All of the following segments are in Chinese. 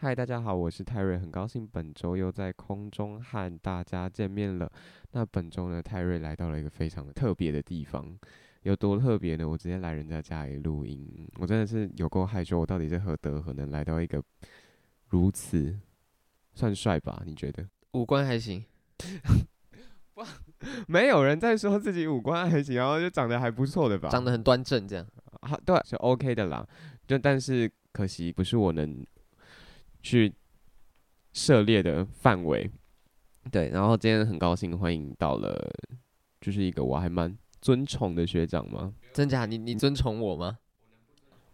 嗨，大家好，我是泰瑞，很高兴本周又在空中和大家见面了。那本周呢，泰瑞来到了一个非常特别的地方，有多特别呢？我直接来人家家里录音，我真的是有够害羞，我到底是何德何能来到一个如此算帅吧？你觉得？五官 还行，没有人在说自己五官还行，然后就长得还不错的吧？长得很端正，这样啊，对，是 OK 的啦。就但是可惜不是我能去涉猎的范围。对，然后今天很高兴欢迎到了，就是一个我还蛮尊崇的学长吗？真假？你你尊崇我吗？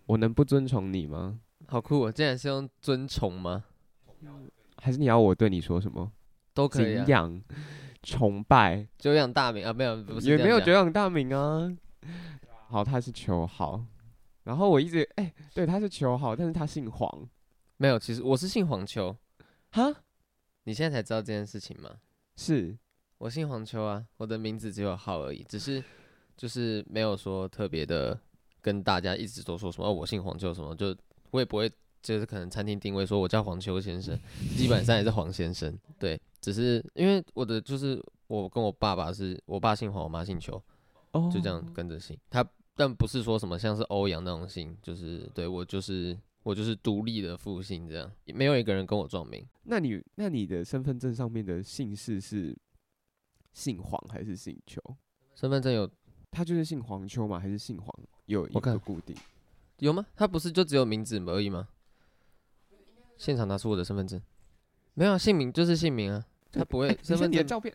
我能不尊崇你吗？好酷、哦！竟然是用尊崇吗？还是你要我对你说什么？都可以、敬啊，仰、崇拜，久仰大名啊，没有，不是也没有觉久得仰大名啊。好，他是求好，然后我一直哎、对，他是求好，但是他姓黄没有。其实我是姓黄秋，哈，你现在才知道这件事情吗？是我姓黄秋啊，我的名字只有浩而已，只是就是没有说特别的跟大家一直都说什么、哦、我姓黄秋什么，就我也不会就是可能餐厅定位说我叫黄秋先生，基本上也是黄先生，对，只是因为我的就是我跟我爸爸是我爸姓黄，我妈姓邱，哦，就这样跟着姓。他但不是说什么像是欧阳那种姓，就是对我就是我就是独立的复姓这样，没有一个人跟我撞名。那你那你的身份证上面的姓氏是姓黄还是姓邱？身份证有他就是姓黄邱吗？还是姓黄？有一我个看固定有吗？他不是就只有名字而已吗？现场拿出我的身份证，没有啊姓名就是姓名啊，他不会哎身你是份你的证。照片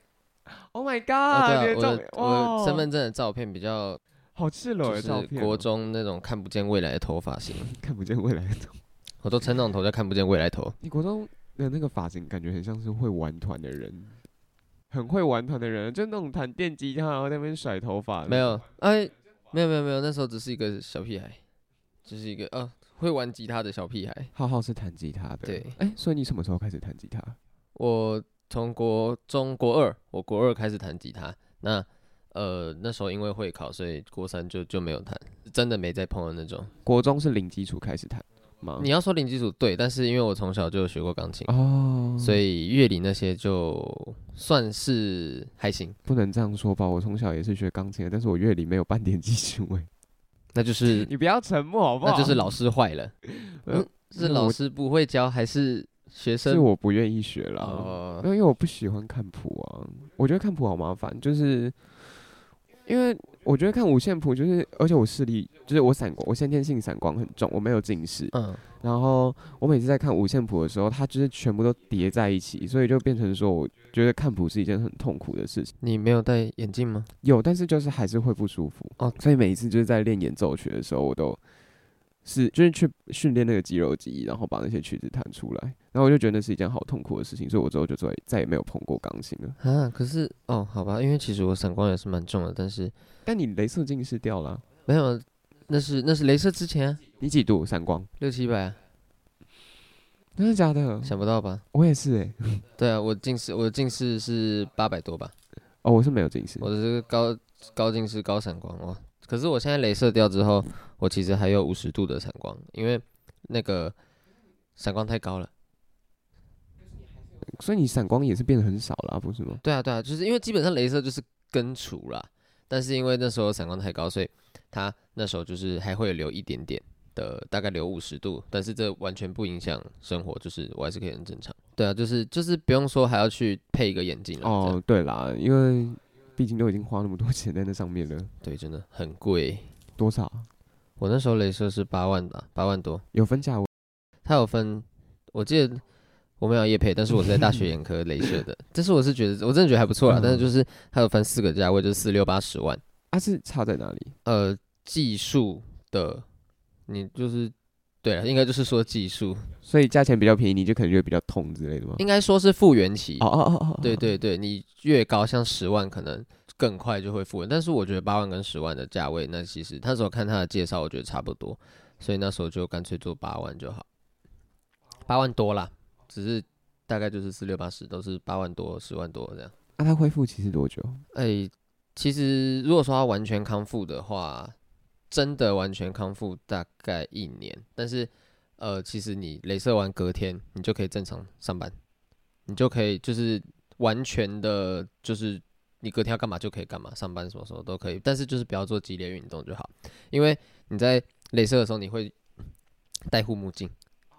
，Oh my 哦 God！、对你啊，的我照的片，我的身哇份证的照片比较好赤裸就的是照片哦、国中那种看不见未来的头发型，看不见未来的 头。我都称那种头叫看不见未来头。你国中 的那个发型感觉很像是会玩团的人，很会玩团的人，就那种弹电吉他然后在那边甩头发。没，有，哎，没有没有没有，那时候只是一个小屁孩，就是一个啊会玩吉他的小屁孩。浩浩是弹吉他的。对哎、所以你什么时候开始弹吉他？我从国中国二，我国二开始弹吉他。那呃那时候因为会考，所以国三就就没有弹，真的没再碰的那种。国中是零基础开始弹吗？你要说零基础对，但是因为我从小就有学过钢琴，哦，所以乐理那些就算是还行，不能这样说吧，我从小也是学钢琴的，但是我乐理没有半点基础哎、那就是你不要沉默 好不好？那就是老师 坏了，呃嗯，是那老我师不会教还是学是生？我不愿意学啦，哦没有因为我不喜欢看谱啊，我觉得看谱好麻烦，就是因为我觉得看五线谱就是，而且我视力就是我散光，我先天性散光很重，我没有近视，嗯，然后我每次在看五线谱的时候，它就是全部都叠在一起，所以就变成说，我觉得看谱是一件很痛苦的事情。你没有戴眼镜吗？有，但是就是还是会不舒服哦所以每一次就是在练演奏曲的时候，我都是就是去训练那个肌肉记忆，然后把那些曲子弹出来。然后我就觉得那是一件好痛苦的事情，所以我之后就再再也没有碰过钢琴了。啊，可是哦，好吧，因为其实我散光也是蛮重的，但是但你镭射近视掉了啊、没有，那是那是镭射之前、啊、你几度散光？六七百、啊，真的假的？想不到吧？我也是哎、对啊，我近视我的近视是八百多吧，哦，我是没有近视。我的这个高高近视高散光哇。可是我现在镭射掉之后，我其实还有五十度的散光，因为那个散光太高了。所以你散光也是变得很少了啊、不是吗？对啊，对啊，就是因为基本上镭射就是根除啦，但是因为那时候散光太高，所以它那时候就是还会有留一点点的，大概留五十度，但是这完全不影响生活，就是我还是可以很正常。对啊，就是就是不用说还要去配一个眼镜了。这样，哦，对啦，因为毕竟都已经花那么多钱在那上面了，对，真的很贵。多少啊我那时候镭射是八万吧，八万多，有分价位它有分，我记得我没有叶配，但是我是在大学眼科镭射 的，但是我是觉得我真的觉得还不错啦。嗯但是就是它有分四个价位，就是四六八十万。啊，是差在哪里？呃，技术的，你就是对啊了，应该就是说技术，所以价钱比较便宜，你就可能就会比较痛之类的吗？应该说是复原期。哦哦哦哦哦，对对对，你越高，像十万可能更快就会复原，但是我觉得八万跟十万的价位，那其实那时候看他的介绍，我觉得差不多，所以那时候就干脆做八万就好，八万多啦，只是大概就是四六八十都是八万多、十万多这样。那、它恢复期是多久？哎、其实如果说他完全康复的话，真的完全康复大概一年，但是呃，其实你镭射完隔天，你就可以正常上班，你就可以就是完全的，就是你隔天要干嘛就可以干嘛，上班什么时候都可以，但是就是不要做激烈运动就好，因为你在镭射的时候你会戴护目镜，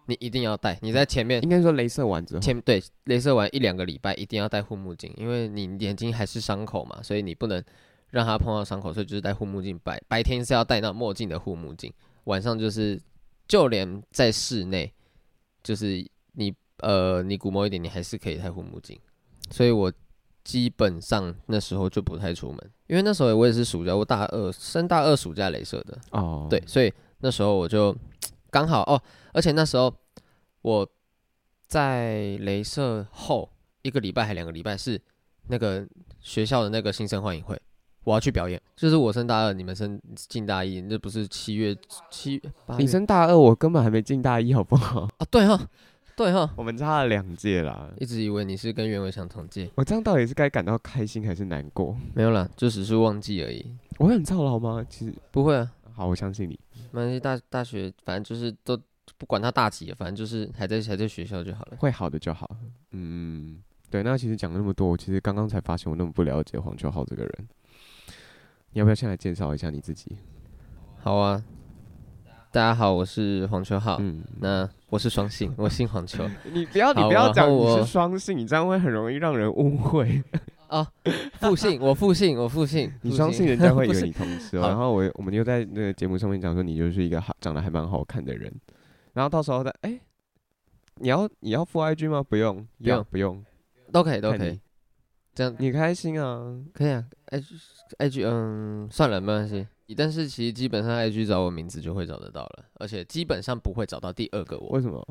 你一定要戴，你在前面应该说镭射完之后，前对，镭射完一两个礼拜一定要戴护目镜，因为你眼睛还是伤口嘛，所以你不能让它碰到伤口，所以就是戴护目镜。白白天是要戴那种墨镜的护目镜，晚上就是就连在室内，就是你呃你鼓膜一点，你还是可以戴护目镜。所以我基本上那时候就不太出门，因为那时候我也是暑假，我大二升大二暑假镭射的，哦，对，，所以那时候我就刚好哦，而且那时候我在镭射后一个礼拜还两个礼拜是那个学校的那个新生欢迎会，我要去表演，就是我升大二，你们升进大一，那不是七月七八你月升大二，我根本还没进大一，好不 好？啊？对哈，对哈，我们差了两届 啦。一直以为你是跟袁伟翔同届，我这样到底是该感到开心还是难过？没有啦，就只是忘记而已，我很操劳吗？其实不会啊，好，我相信你。没关系，大大学反正就是都不管他大几了，反正就是还在还在学校就好了。会好的就好。嗯，对。那其实讲了那么多，我其实刚刚才发现我那么不了解黄秋浩这个人。你要不要先来介绍一下你自己？好啊，大家好，我是黄秋浩。嗯，那我是 双姓，我姓黄秋。你不要，你好不要然讲后你我是双性，你这样会很容易让人误会。哦，复姓，我复姓，我复姓。你复双性，人家 会以不为是你同事哦。好然后我我们又在那个节目上面讲说，你就是一个好长得还蛮好看的人。然后到时候再哎、你要你要付 IG 吗？不用，不用要不用，都可以，都看可以你，这样你开心啊？可以啊。IG IG，嗯，算了，没关系。但是其实基本上 IG 找我名字就会找得到了，而且基本上不会找到第二个我，为什么？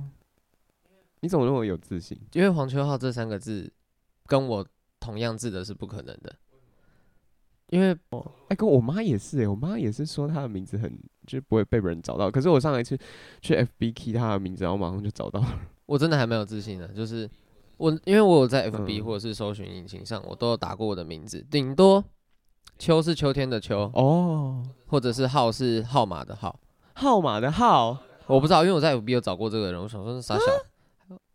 你怎么那么有自信？因为黄秋浩这三个字跟我同样字的是不可能的，因为哎、跟我妈也是哎、我妈也是说她的名字很就是不会被人找到。可是我上一次去 FB key 她的名字，然后马上就找到了。我真的还蛮有自信的，就是我因为我有在 FB 嗯或者是搜寻引擎上，我都有打过我的名字，顶多秋是秋天的秋，哦，或者是号是号码的号，号码的号，我不知道，因为我在 FB 有找过这个人，我想说是傻小，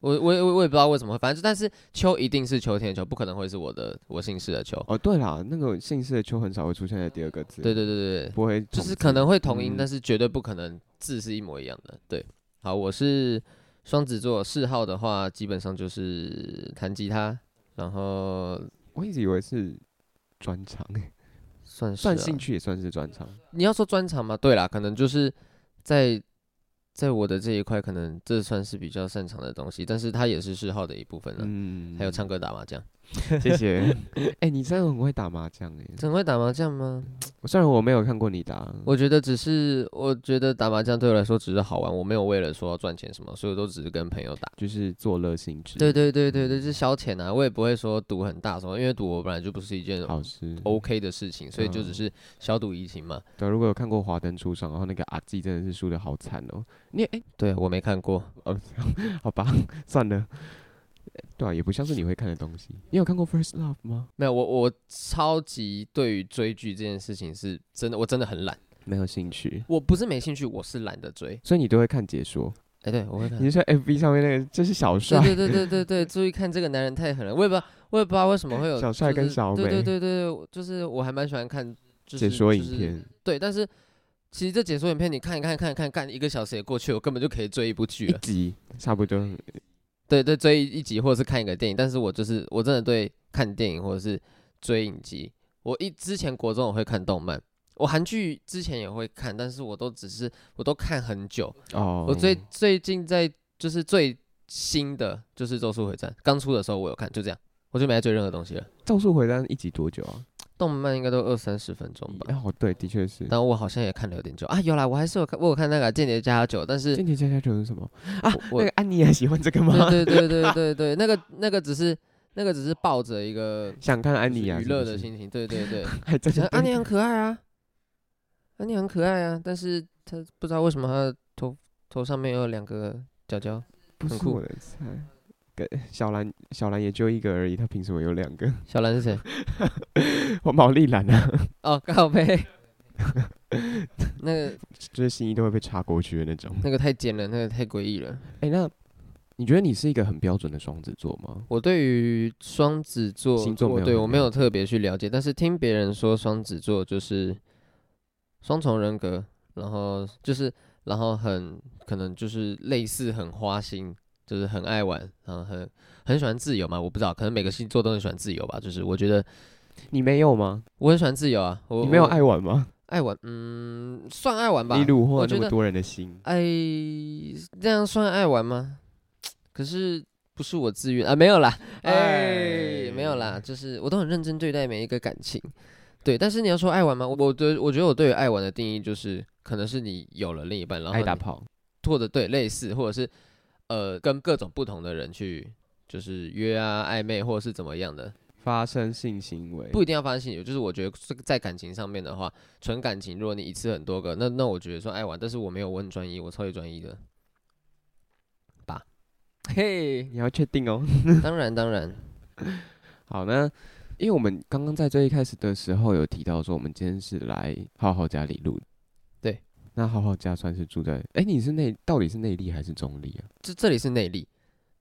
我我也我也不知道为什么，反正就但是秋一定是秋天的秋，不可能会是我的我姓氏的秋，哦对啦，那个姓氏的秋很少会出现在第二个字，对对对对对，不会同字，就是可能会同音，嗯但是绝对不可能字是一模一样的，对，好，我是双子座，嗜好的话基本上就是弹吉他，然后我一直以为是专 长、啊欸，算是算啊兴趣也算是专长。你要说专长嘛，对啦，可能就是在在我的这一块，可能这算是比较擅长的东西，但是它也是嗜好的一部分了。啊嗯，还有唱歌、打麻将， 谢谢。 哎、你真的很会打麻将哎、很会打麻将吗？虽然我没有看过你打，我觉得只是，我觉得打麻将对我来说只是好玩，我没有为了说要赚钱什么，所以我都只是跟朋友打。就是作乐性质，对，对对对对，就是消遣啊，我也不会说赌很大什么，因为赌我本来就不是一件好事。 OK 的事情，所以就只嗯是小赌怡情嘛。对，啊如果有看过《华灯初上》，然后那个阿纪真的是输的好惨哦。 你也哎、对我没看过，好吧， 算了。对啊，也不像是你会看的东西。你有看过《First Love》吗？没有我我超级对于追剧这件事情是真的，我真的很懒。没有兴趣，我不是没兴趣，我是懒得追。所以你都会看解说。哎、对，我会看。你是说 FB 上面那个，这是小帅，对对对对对对，注意看这个男人太狠了。我也不知道，我也不知道为什么会有小帅跟就是小对对美对对，我就是我还蛮喜欢看、就解是、说影就是啊片。对，但是其实这解说影片你看一看看一看看一个小时也过去，我根本就可以追一部剧一了。集差不多，对对，追一集或者是看一个电影，但是我就是我真的对看电影或者是追影集，我一之前国中我会看动漫，我韩剧之前也会看，但是我都只是我都看很久。哦，我最最近在就是最新的就是《咒术回战》，刚出的时候我有看，就这样，我就没再追任何东西了。 《咒术回战》一集多久啊？动漫应该都二三十分钟吧，哦，对，的确是。但我好像也看了有点久啊。有啦，我还是有看，我有看那个《间谍加加酒》，但是间谍加加酒是什么啊？我 那个安妮也喜欢这个 吗？对对对对对对，那个那个只是那个只是抱着一个想看安就是妮啊？娱是不乐的是，心情，对对 对，还真的安妮很可爱啊，安妮很可爱啊，但是她不知道为什么她的头头上面有两个角角，不很是酷我的菜。跟小兰，小兰也就一个而已，她凭什么有两个？小兰是谁？ 我毛利兰啊，哦，靠背， 那个就是新一都会被插过去的那种。那个太尖了，那个太诡异了。哎、那你觉得你是一个很标准的双子座吗？我对于双子座，星座没我有对很我没了有特别去了解，但是听别人说双子座就是双重人格，然后就是然后很可能就是类似很花心，就是很爱玩，然后很很喜欢自由嘛，我不知道，可能每个星座都很喜欢自由吧，就是我觉得你没有吗？我很喜欢自由啊，我你没有我爱玩吗？爱玩，嗯，算爱玩吧，你虏获我了觉那么得多人的心，爱这样算爱玩吗？可是不是我自愿啊，没有啦，哎、哎没有啦，就是我都很认真对待每一个感情，对。但是你要说爱玩吗？我我对我觉得我对于爱玩的定义就是，可能是你有了另一半，然后爱打你炮。或者对类似，或者是呃跟各种不同的人去就是约啊暧昧，或者是怎么样的，发生性行为，不一定要发生性就是我觉得这个在感情上面的话，纯感情，如果你一次很多个，那那我觉得算爱玩，但是我没有，我很专一，我超级专一的，吧？嘿，你要确定哦。 当然当然，好，那因为我们刚刚在最一开始的时候有提到说，我们今天是来浩浩家里录的。对，那浩浩家算是住在，哎、你是内到底是内力还是中立啊？这这里是内力，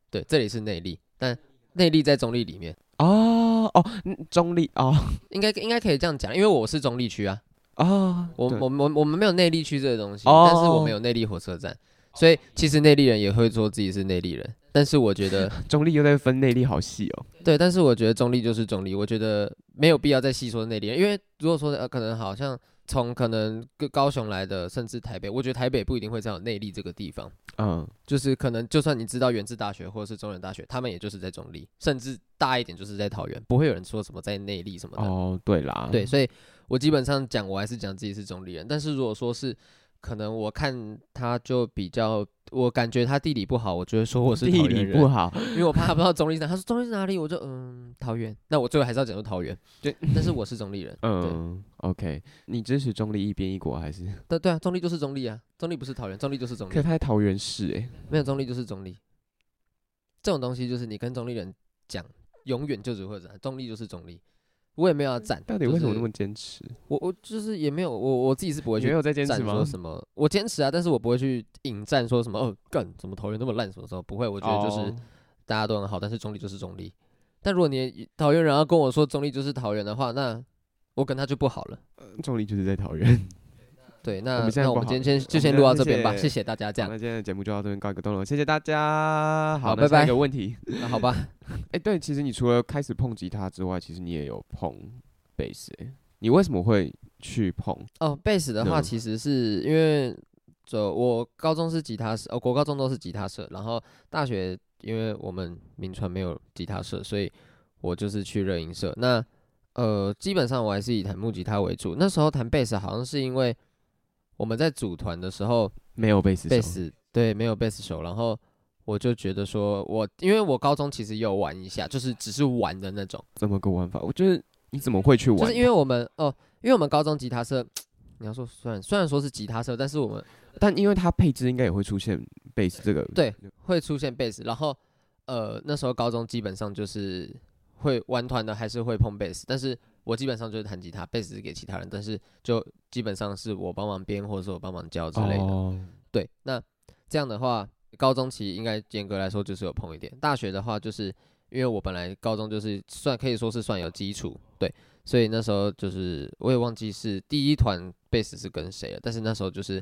对，这里是内力，但内力在中立里面，哦哦，嗯中立哦应该应该可以这样讲，因为我是中立区啊，哦，我对我我我们没有内力区这个东西，哦但是我们有内力火车站，所以其实内力人也会说自己是内力人，但是我觉得。中立又在分内力，好细哦。对，但是我觉得中立就是中立，我觉得没有必要再细说内地人，因为如果说呃，可能好像从可能高高雄来的，甚至台北，我觉得台北不一定会再有内力这个地方，嗯，就是可能就算你知道原治大学或者是中原大学，他们也就是在中立，甚至大一点就是在桃园，不会有人说什么在内力什么的。哦，对啦，对，，所以我基本上讲，我还是讲自己是中立人。但是如果说是可能我看他就比较，我感觉他地理不好，我就会说我是地桃园理人不好，因为我怕他不知道中立在哪，他说中立是哪里，我就嗯桃园。那我最后还是要讲出桃园，对，但是我是中立人，嗯，嗯，OK，你支持中立一边一国还是？对对啊，中立就是中立啊，中立不是桃园，中立就是中可立，他在桃园市哎、没有中立就是中立。这种东西就是你跟中立人讲，永远就只会这样，中立就是中立。我也没有要站，嗯到底为什么就那是么坚持？我我就是也没有我我自己是不会你没去有在坚站持吗说？什么，我坚持啊，但是我不会去引战说什么哦干怎么桃园那么烂什么时候不会，我觉得就是、哦大家都很好，但是中立就是中立。但如果你桃园人要跟我说中立就是桃园的话，那我跟他就不好了。哦中立就是在桃园。对，那我们现在那我们不好今天了就我先们录到先这边吧，谢谢谢谢大家。这好样那今天的节目就到这边告一个段落，谢谢大家。好那拜下拜一个问题，那好吧，哎、对，其实你除了开始碰吉他之外，其实你也有碰贝斯、欸，你为什么会去碰？哦，贝斯的话，嗯其实是因为就我高中是吉他社，哦，国高中都是吉他社，然后大学因为我们名传没有吉他社，所以我就是去热音社。那呃，基本上我还是以弹木吉他为主。那时候弹贝斯好像是因为我们在组团的时候，没有贝斯手，贝斯对没有贝斯手，然后我就觉得说我因为我高中其实也有玩一下，就是只是玩的那种，怎么个玩法？我觉得你怎么会去玩？就是因为我们哦，因为我们高中吉他社，你要说虽然虽然说是吉他社，但是我们但因为它配置应该也会出现贝斯这个，对会出现贝斯，然后呃那时候高中基本上就是会玩团的还是会碰贝斯，但是我基本上就是弹吉他，贝斯是给其他人，但是就基本上是我帮忙编或者是我帮忙教之类的。哦，对，那这样的话，高中期应该严格来说就是有碰一点。大学的话，就是因为我本来高中就是算可以说是算有基础，对，所以那时候就是我也忘记是第一团贝斯是跟谁了，但是那时候就是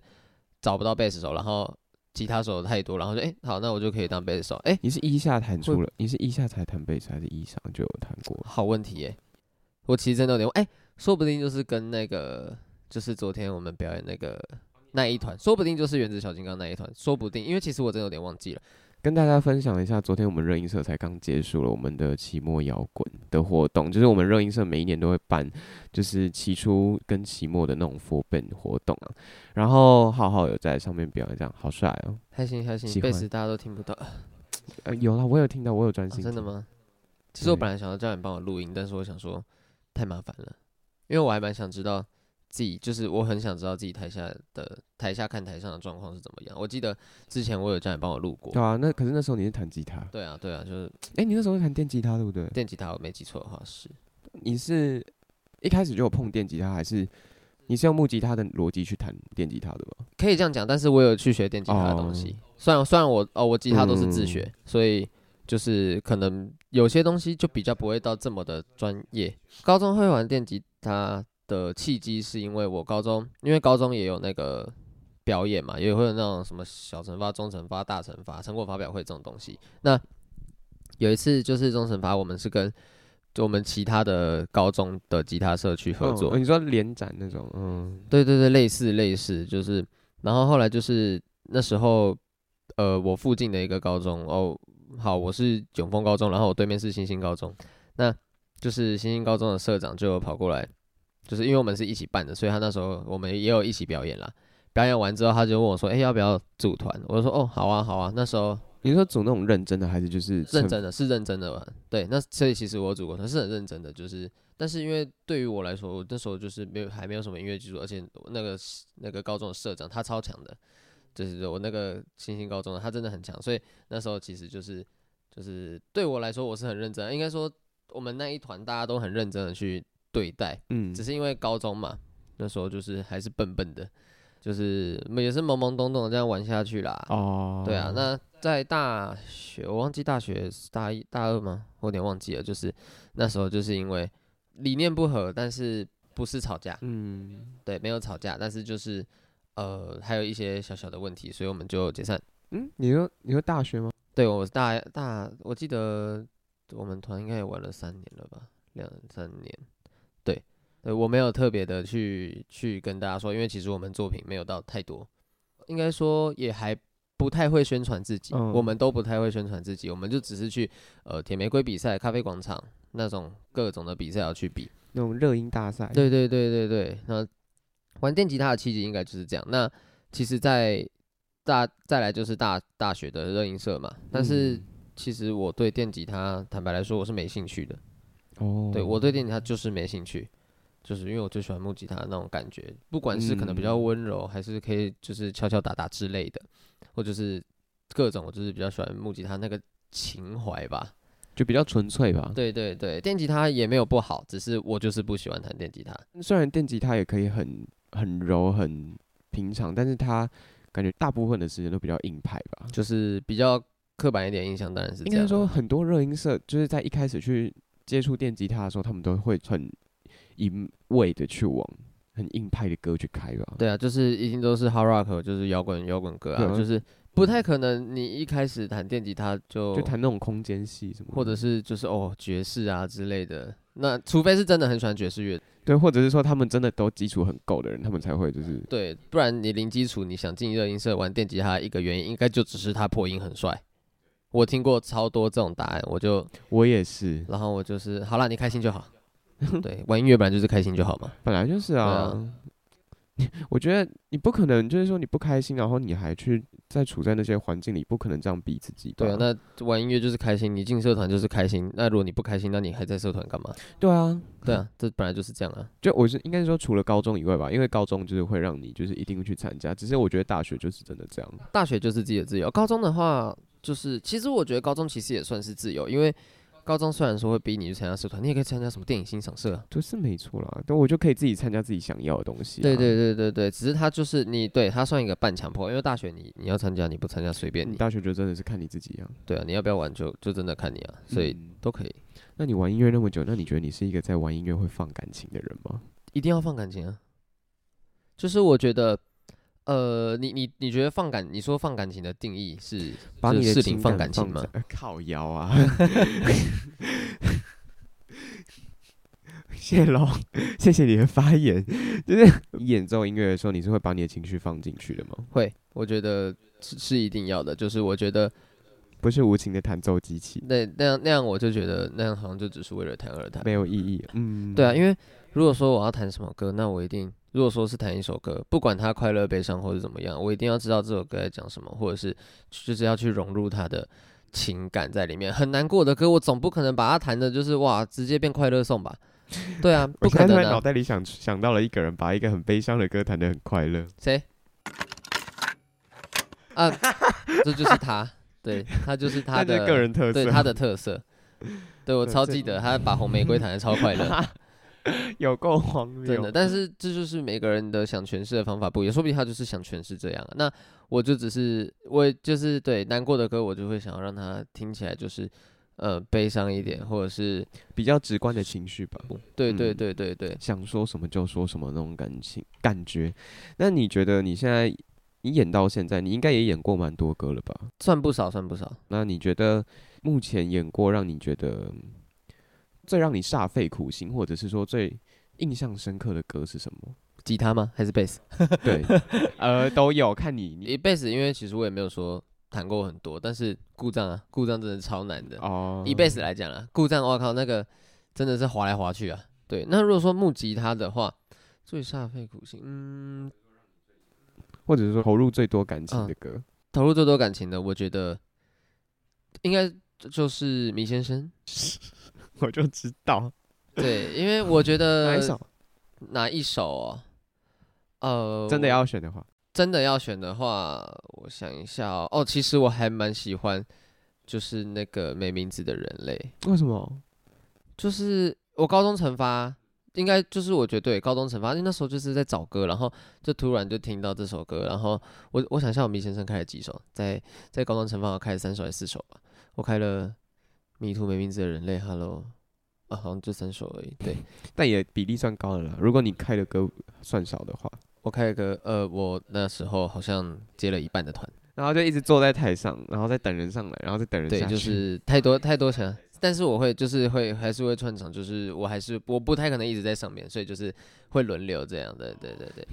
找不到贝斯手，然后吉他手太多，然后就哎、诶好，那我就可以当贝斯手，哎、你是一下弹出会了，你是一下才弹贝斯，还是一上就有弹过？好问题耶、我其实真的有点哎、说不定就是跟那个就是昨天我们表演那个那一团，说不定就是原子小金刚那一团，说不定，因为其实我真的有点忘记了。跟大家分享一下，昨天我们热音社才刚结束了我们的期末摇滚的活动，就是我们热音社每一年都会办，就是期初跟期末的那种 f o r b a n 活动啊。然后浩浩有在上面表演，这样好帅哦、还行还行喜，贝欢斯大家都听不到，啊呃，有啦，我有听到，嗯我有专心、真的？吗？其实我本来想要叫你帮我录音，但是我想说太麻烦了，因为我还蛮想知道自己，就是我很想知道自己台下的台下看台上的状况是怎么样。我记得之前我有叫你帮我录过对，啊，那可是那时候你是弹吉他，对啊对啊，就是哎、你那时候是弹电吉他对不对？电吉他，我没记错的话是，你是一开始就有碰电吉他，还是你是用木吉他的逻辑去弹电吉他的吧？可以这样讲，但是我有去学电吉他的东西。虽然虽然我哦，我吉他都是自学，所以就是可能有些东西就比较不会到这么的专业。高中会玩电吉他的契机是因为我高中，因为高中也有那个表演嘛，也会有那种什么小惩罚、中惩罚、大惩罚、成果发表会这种东西。那有一次就是中惩罚，我们是跟就我们其他的高中的吉他社去合嗯作，呃你说联展那种，嗯，对对对，类似类似，就是，然后后来就是那时候，呃，我附近的一个高中哦，好，我是永丰高中，然后我对面是新兴高中，那就是新兴高中的社长就有跑过来，就是因为我们是一起办的，所以他那时候我们也有一起表演啦。表演完之后，他就问我说：“哎、要不要组团？”我就说：“哦，好啊，好啊。”那时候你说组那种认真的，还是就是认趁真的是认真的吧？对，那所以其实我组过团是很认真的，就是但是因为对于我来说，我那时候就是没有还没有什么音乐基础，而且我那个那个高中的社长他超强的，就是我那个新兴高中的他真的很强，所以那时候其实就是就是对我来说我是很认真，应该说我们那一团大家都很认真的去对待，嗯只是因为高中嘛，那时候就是还是笨笨的，就是也是懵懵懂懂的这样玩下去啦。哦，对啊，那在大学，我忘记大学是大一、大二吗？我有点忘记了。就是那时候，就是因为理念不合，但是不是吵架，嗯对，没有吵架，但是就是呃，还有一些小小的问题，所以我们就解散。嗯，你说你说大学吗？对，我大大，我记得我们团应该也玩了三年了吧，两三年。对，对我没有特别的去去跟大家说，因为其实我们作品没有到太多，应该说也还不太会宣传自己，我嗯们都不太会宣传自己，我们就只是去呃铁玫瑰比赛、咖啡广场那种各种的比赛要去比。那种热音大赛，对对对对对，那玩电吉他的契机应该就是这样。那其实在大再来就是大大学的热音社嘛，但是嗯其实我对电吉他，坦白来说我是没兴趣的。哦，对我对电吉他就是没兴趣，就是因为我最喜欢木吉他那种感觉，不管是可能比较嗯温柔，还是可以就是敲敲打打之类的，或者是各种，我就是比较喜欢木吉他那个情怀吧。就比较纯粹吧。对对对，电吉他也没有不好，只是我就是不喜欢弹电吉他。虽然电吉他也可以很很柔很平常，但是它感觉大部分的时间都比较硬派吧。就是比较刻板一点印象，当然是应这该样。啊说，很多热音社就是在一开始去接触电吉他的时候，他们都会很一味的去往很硬派的歌去开吧。对啊，就是一定都是 hard rock，就是摇滚摇滚歌啊，对啊就是不太可能你一开始弹电吉他就，就弹那种空间系什么的，或者是就是哦爵士啊之类的。那除非是真的很喜欢爵士乐，对，或者是说他们真的都基础很够的人，他们才会就是对，不然你零基础，你想进热音社玩电吉他，一个原因应该就只是他破音很帅。我听过超多这种答案，我就我也是，然后我就是好啦，你开心就好。 对，玩音乐本来就是开心就好嘛。本来就是啊。我觉得你 不可能，就是说你不开心，然后你还去再处在那些环境里，不可能这样逼自己吧。对啊，那玩音乐就是开心，你进社团就是开心。那如果你不开心，那你还在社团干嘛？对啊，对 啊，这本来就是这样啊。就我是应该是说除了高中以外吧，因为高中就是会让你就是一定会去参加，只是我觉得大学就是真的这样。大学就是自己的自由，高中的话就是，其实我觉得高中其实也算是自由，因为高中虽然说会逼你去参加社团，你也可以参加什么电影欣赏社、啊。就是没错啦，但我就可以自己参加自己想要的东西、啊对对，啊对对对，只是他就是你对他算一个半强迫，因为大学你你要参加你不参加随便你你，大学就真的是看你自己啊。对啊，你要不要玩就就真的看你啊，所以嗯都可以，那你玩音乐那么久，那你觉得你是一个在玩音乐会放感情的人吗？一定要放感情啊。就是我觉得，呃，你你你觉得放感，你说放感情的定义是把就你的事情情放感感情吗在？呃靠腰啊！ 谢龙，谢谢你的发言。就是演奏音乐的时候，你是会把你的情绪放进去的吗？会，我觉得是是一定要的。就是我觉得不是无情的弹奏机器，那那样那样我就觉得那样好像就只是为了弹而弹。没有意义。嗯，对啊，因为如果说我要弹什么歌，那我一定如果说是弹一首歌，不管它快乐、悲伤或者怎么样，我一定要知道这首歌在讲什么，或者是就是要去融入它的情感在里面。很难过的歌，我总不可能把它弹的，就是哇，直接变快乐颂吧？对啊， 我不现可在突能然脑啊。袋里想想到了一个人，把一个很悲伤的歌弹得很快乐。谁？啊，这就是他，对他就是他 那就的是个人特色，对他的特色。对我对超这记得，他把红玫瑰弹的超快 乐。有够荒谬，真的，但是这就是每个人的想诠释的方法不一样，说不定他就是想诠释这样啊、那我就只是我就是对难过的歌，我就会想要让它听起来就是呃悲伤一点，或者是比较直观的情绪吧。对对嗯对对对，想说什么就说什么那种感情感觉。那你觉得你现在你演到现在，你应该也演过蛮多歌了吧？算不少算不少。那你觉得目前演过让你觉得嗯最让你煞费苦心，或者是说最印象深刻的歌是什 么？吉他吗？还是贝斯？对，呃，都有看你你一贝斯，因为其实我也没有说弹过很多，但是故障啊，故障真的超难的。哦，以贝斯来讲啊，故障，我靠，那个真的是滑来滑去啊。对，那如果说木吉他的话，最煞费苦心，嗯，或者是说投入最多感情的歌，投入最多感情的，我觉得应该就就是米先生。我就知道对，因为我觉 得哪一首哪一首哦？呃，真的我要选的话，真的要选的话，我想一下哦。哦，其实我还蛮喜欢，就是那个没名字的人类，为什么？就是我高中惩罚。应该就是我觉得对高中惩罚，因为那时候就是在找歌，然后就突然就听到这首歌，然后我我想一下，我迷先生开了几首，在在高中惩罚我开了三首还是四首吧，我开了《迷途没名字的人类》，Hello，啊好像就三首而已，对但也比例算高的啦。如果你开的歌算少的话，我开了个呃，我那时候好像接了一半的团，然后就一直坐在台上，然后再等人上来，然后再等人对，下就去是太多太多钱了，但是我会就是会还是会串场，就是我还是我不太可能一直在上面，所以就是会轮流这样的，对对对对。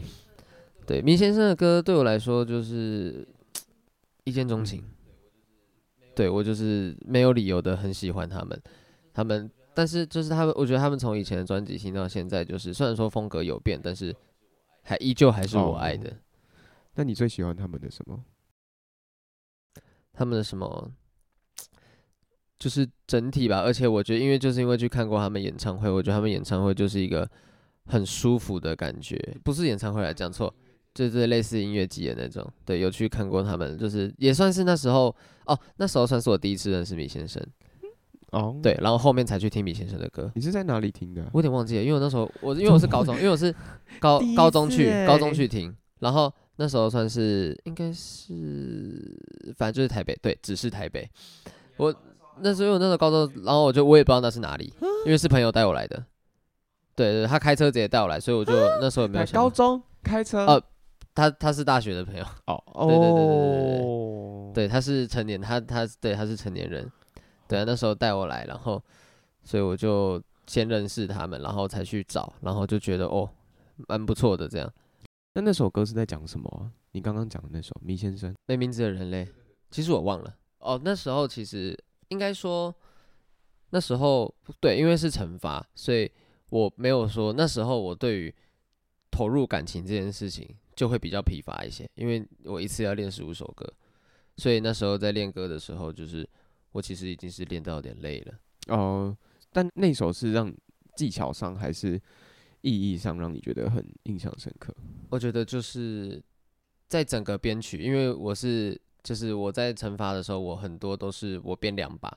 对，明先生的歌对我来说就是一见钟情，对我就是没有理由的很喜欢他们，他们但是就是他们，我觉得他们从以前的专辑听到现在，就是虽然说风格有变，但是还依旧还是我爱的。哦那你最喜欢他们的什么？他们的什么，就是整体吧。而且我觉得，因为就是因为去看过他们演唱会，我觉得他们演唱会就是一个很舒服的感觉，不是演唱会来啊讲错，就是类似音乐季的那种。对，有去看过他们，就是也算是那时候哦，那时候算是我第一次认识米先生，哦，对，，然后后面才去听米先生的歌。你是在哪里听的啊？我有点忘记了，因为我那时候我因为我是高中，因为我是 高第一高中次去高中欸去听，然后那时候算是应该是反正就是台北，对，只是台北。我那时候因为我那时候高中，然后我就我也不知道那是哪里，因为是朋友带我来的，对对，他开车直接带我来，所以我就那时候也没有在想啊高到中开车哦他他是大学的朋友，哦对对对对对对哦，对，他是成年，他他对他是成年人，对啊，那时候带我来，然后所以我就先认识他们，然后才去找，然后就觉得哦，蛮不错的这样。那那首歌是在讲什么啊？你刚刚讲的那首《迷先生》没名字的人类，其实我忘了哦。那时候其实应该说，那时候对，因为是惩罚，所以我没有说那时候我对于投入感情这件事情就会比较疲乏一些，因为我一次要练十五首歌，所以那时候在练歌的时候，就是我其实已经是练到有点累了。哦，但那首是让技巧上还是意义上让你觉得很印象深刻？我觉得就是在整个编曲，因为我是就是我在惩罚的时候，我很多都是我编两把，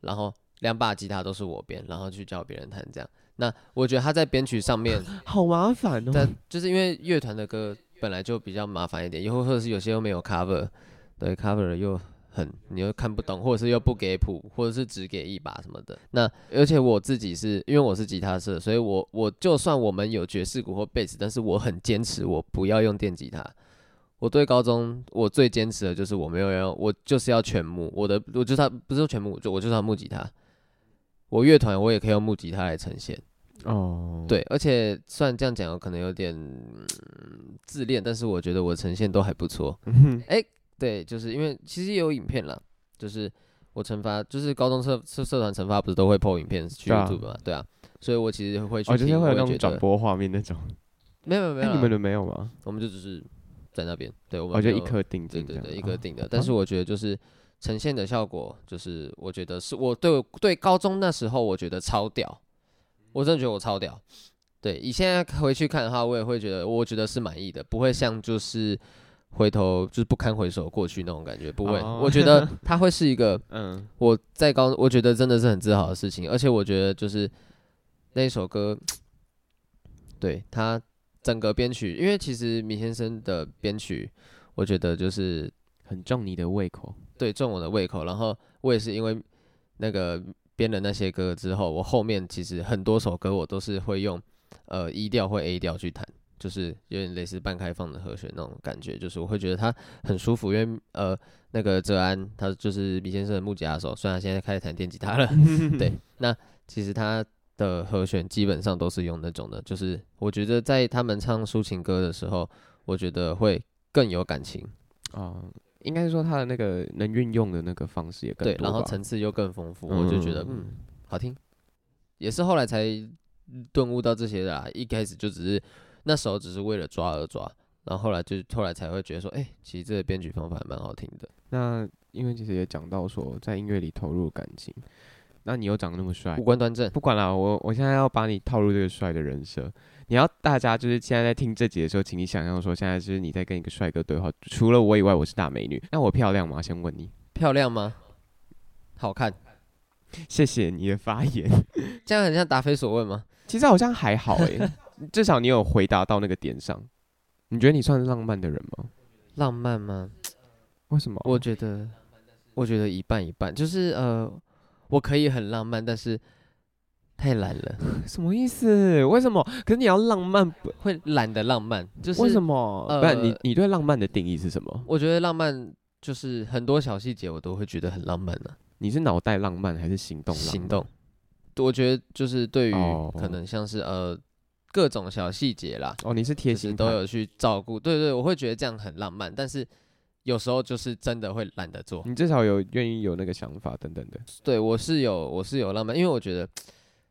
然后两把吉他都是我编，然后去教别人弹这样。那我觉得他在编曲上面，好麻烦哦但就是因为乐团的歌本来就比较麻烦一点，又或者是有些又没有 cover，对 cover 了又很你又看不懂，或者是又不给谱，或者是只给一把什么的。那而且我自己是因为我是吉他社，所以我我就算我们有爵士鼓或贝斯，但是我很坚持我不要用电吉他。我对高中我最坚持的就是我没有要，我就是要全木，我的我就是要不是说全木，就我就是要木吉他。我乐团我也可以用木吉他来呈现。哦，，对，而且虽然这样讲，可能有点、嗯自恋，但是我嗯觉得我呈现都还不错。哎、对，就是因为其实也有影片啦，就是我惩罚就是高中社社社团惩罚不是都会 PO 影片去对啊 YouTube 嘛，对啊，所以我其实会去哦，就是听，会有我那也种觉转得播画面那种。没有没有没哎，有你们啦，的没有吗？我们就只是在那边，对我们我觉得没一有颗定睛对这对样，对，一哦个定的。但是我觉得就是呈现的效果，就是我觉得是我对我对高中那时候我觉得超屌，我真的觉得我超屌。对，以现在回去看的话，我也会觉得我觉得是满意的，不会像就是回头就是不堪回首过去那种感觉，不会。哦我 觉得它会是一个嗯，我在高，我觉得真的是很自豪的事情，而且我觉得就是那一首歌，对他整个编曲，因为其实米先生的编曲，我觉得就是很重你的胃口。对中我的胃口，然后我也是因为那个编了那些歌之后，我后面其实很多首歌我都是会用呃 E 调或 A 调去弹。就是有点类似半开放的和弦那种感觉，就是我会觉得它很舒服，因为呃，那个哲安他就是米先生的木吉他手，虽然他现在开始弹电吉他了，对，那其实他的和弦基本上都是用那种的，就是我觉得在他们唱抒情歌的时候，我觉得会更有感情，啊、应该是说他的那个能运用的那个方式也更对多，然后吧层次又更丰富，我就觉得嗯好听，也是后来才顿悟到这些的啦，啊一开始就只是那时候只是为了抓而抓。然后后来就后来才会觉得说，哎、其实这个编曲方法还蛮好听的。那因为其实也讲到说，在音乐里投入感情，那你又长得那么帅五，官端正，不管啦，我我现在要把你套入这个帅的人设，你要大家就是现在在听这集的时候，请你想象说，现在就是你在跟一个帅哥对话，除了我以外，我是大美女，那我漂亮吗？先问你，漂亮吗？好看，谢谢你的发言。 这样很像答非所问吗？其实好像还好诶、 至少你有回答到那个点上。你觉得你算是浪漫的人吗？浪漫吗？为什么？我觉得，我觉得一半一半，就是呃，我可以很浪漫，但是太懒了，什么意思？为什么？可是你要浪漫，不会懒得浪漫。就是为什么？呃不然你你对浪漫的定义是什么？我觉得浪漫就是很多小细节我都会觉得很浪漫啊呢、你是脑袋浪漫还是行动浪漫？行动，我觉得就是对于哦可能像是、呃各种小细节啦，哦，你是贴就心是派都有去照顾。对对，我会觉得这样很浪漫，但是有时候就是真的会懒得做。你至少有愿意有那个想法等等的。对，我是有，我是有浪漫，因为我觉得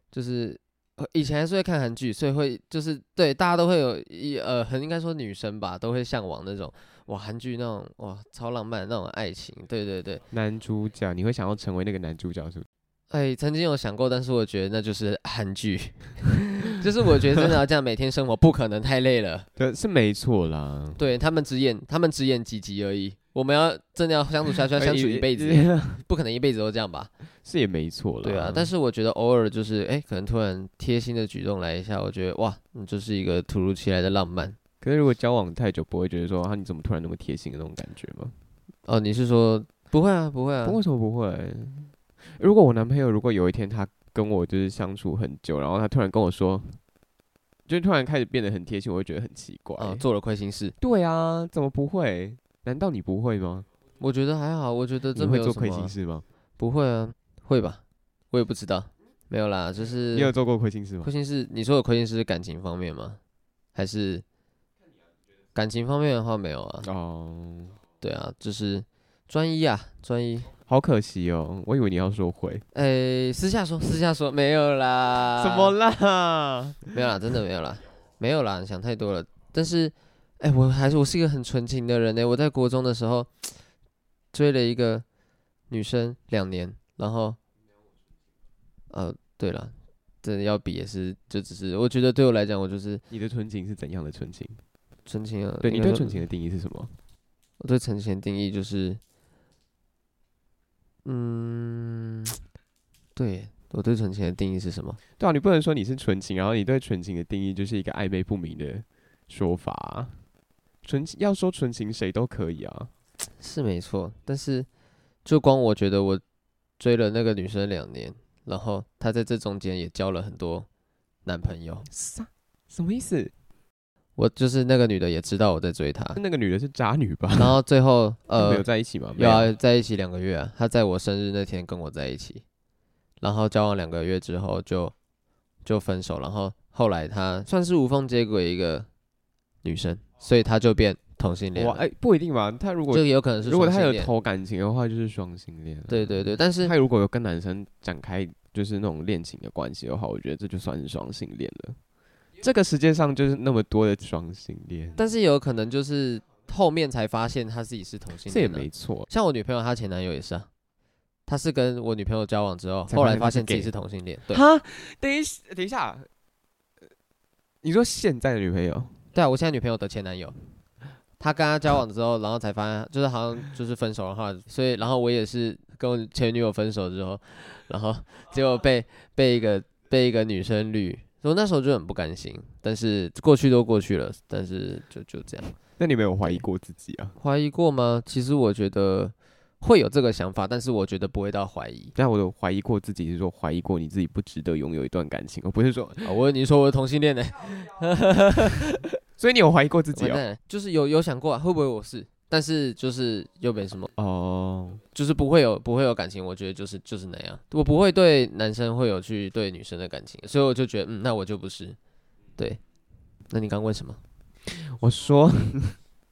就是呃以前还是会看韩剧，所以会就是对大家都会有一呃，很应该说女生吧，都会向往那种哇韩剧那种哇超浪漫的那种爱情。对对对，男主角，你会想要成为那个男主角是不是？哎，曾经有想过，但是我觉得那就是韩剧， 就是我觉得真的要这样每天生活不可能太累了。对，是没错啦。对他们只演他们只演几集而已，我们要真的要相处下去，要相处一辈子，不可能一辈子都这样吧。呃 是也没错啦。对啊，但是我觉得偶尔就是，哎、可能突然贴心的举动来一下，我觉得哇，你就是一个突如其来的浪漫。可是如果交往太久，不会觉得说啊，你怎么突然那么贴心的那种感觉吗？哦，你是说不会啊，不会啊不，为什么不会？如果我男朋友如果有一天他跟我就是相处很久，然后他突然跟我说，就突然开始变得很贴心，我会觉得很奇怪。啊，做了亏心事，对啊，怎么不会？难道你不会吗？我觉得还好，我觉得你这没会有做什亏么啊心，事吗？不会啊，会吧？我也不知道，没有啦，就你有是做过亏心事吗亏？心事，你说的亏心事是感情方面吗？还是感情方面的话没有啊？哦，对啊，就是专一啊，专一。好可惜哦，我以为你要说会。哎、私下说，私下说，没有啦。怎么啦？没有啦，真的没有啦，没有啦，你想太多了。但是，哎、我还是我是一个很纯情的人欸呢、我在国中的时候追了一个女生两年，然后，呃，对了，真的要比也是，就只是我觉得对我来讲，我就是 你的纯情是怎样的纯情？纯情啊。对你应该对说纯情，的定义是什么？我对纯情的定义就是，嗯，对我对纯情的定义是什么？对啊，你不能说你是纯情，然后你对纯情的定义就是一个暧昧不明的说法啊。纯情要说纯情，谁都可以啊。是没错，但是就光我觉得我追了那个女生两年，然后她在这中间也交了很多男朋友，啥？什么意思？我就是那个女的也知道我在追她，那个女的是渣女 吧？然后最后他们呃有在一起吗？没有啊在一起两个月啊，她在我生日那天跟我在一起，然后交往两个月之后就就分手，然后后来她算是无缝接轨一个女生，所以她就变同性恋哇，了，哎、不一定吧？他如果这个有可能是如果双他性有恋投感情的话，就是双性恋、啊。对对对，但是他如果有跟男生展开就是那种恋情的关系的话，我觉得这就算是双性恋了。这个世界上就是那么多的双性恋，但是有可能就是后面才发现他自己是同性这也恋啊、没错。像我女朋友，她前男友也是啊，他是跟我女朋友交往之后，才后发来现发他是现自己 gay 是同性恋。对，哈，等一下等一下，呃你说现在的女朋友对啊，我现在女朋友的前男友，他跟他交往之后，然后才发现就是好像就是分手了哈，所以然后我也是跟我前女友分手之后，然后结果被被一个被一个女生绿，我那时候就很不甘心，但是过去都过去了，但是就就这样。那你没有怀疑过自己啊？怀疑过吗？其实我觉得会有这个想法，但是我觉得不会到怀疑。但我有怀疑过自己，是说怀疑过你自己不值得拥有一段感情，而哦不是说，啊、我你说我是同性恋呢、所以你有怀疑 过自己完哦？蛋了，就是有有想过、啊、会不会我是，但是就是又没什么，哦，就是不会有不会有感情。我觉得就是就是那样，我不会对男生会有去对女生的感情，所以我就觉得嗯，那我就不是。对，那你刚问什么？我说，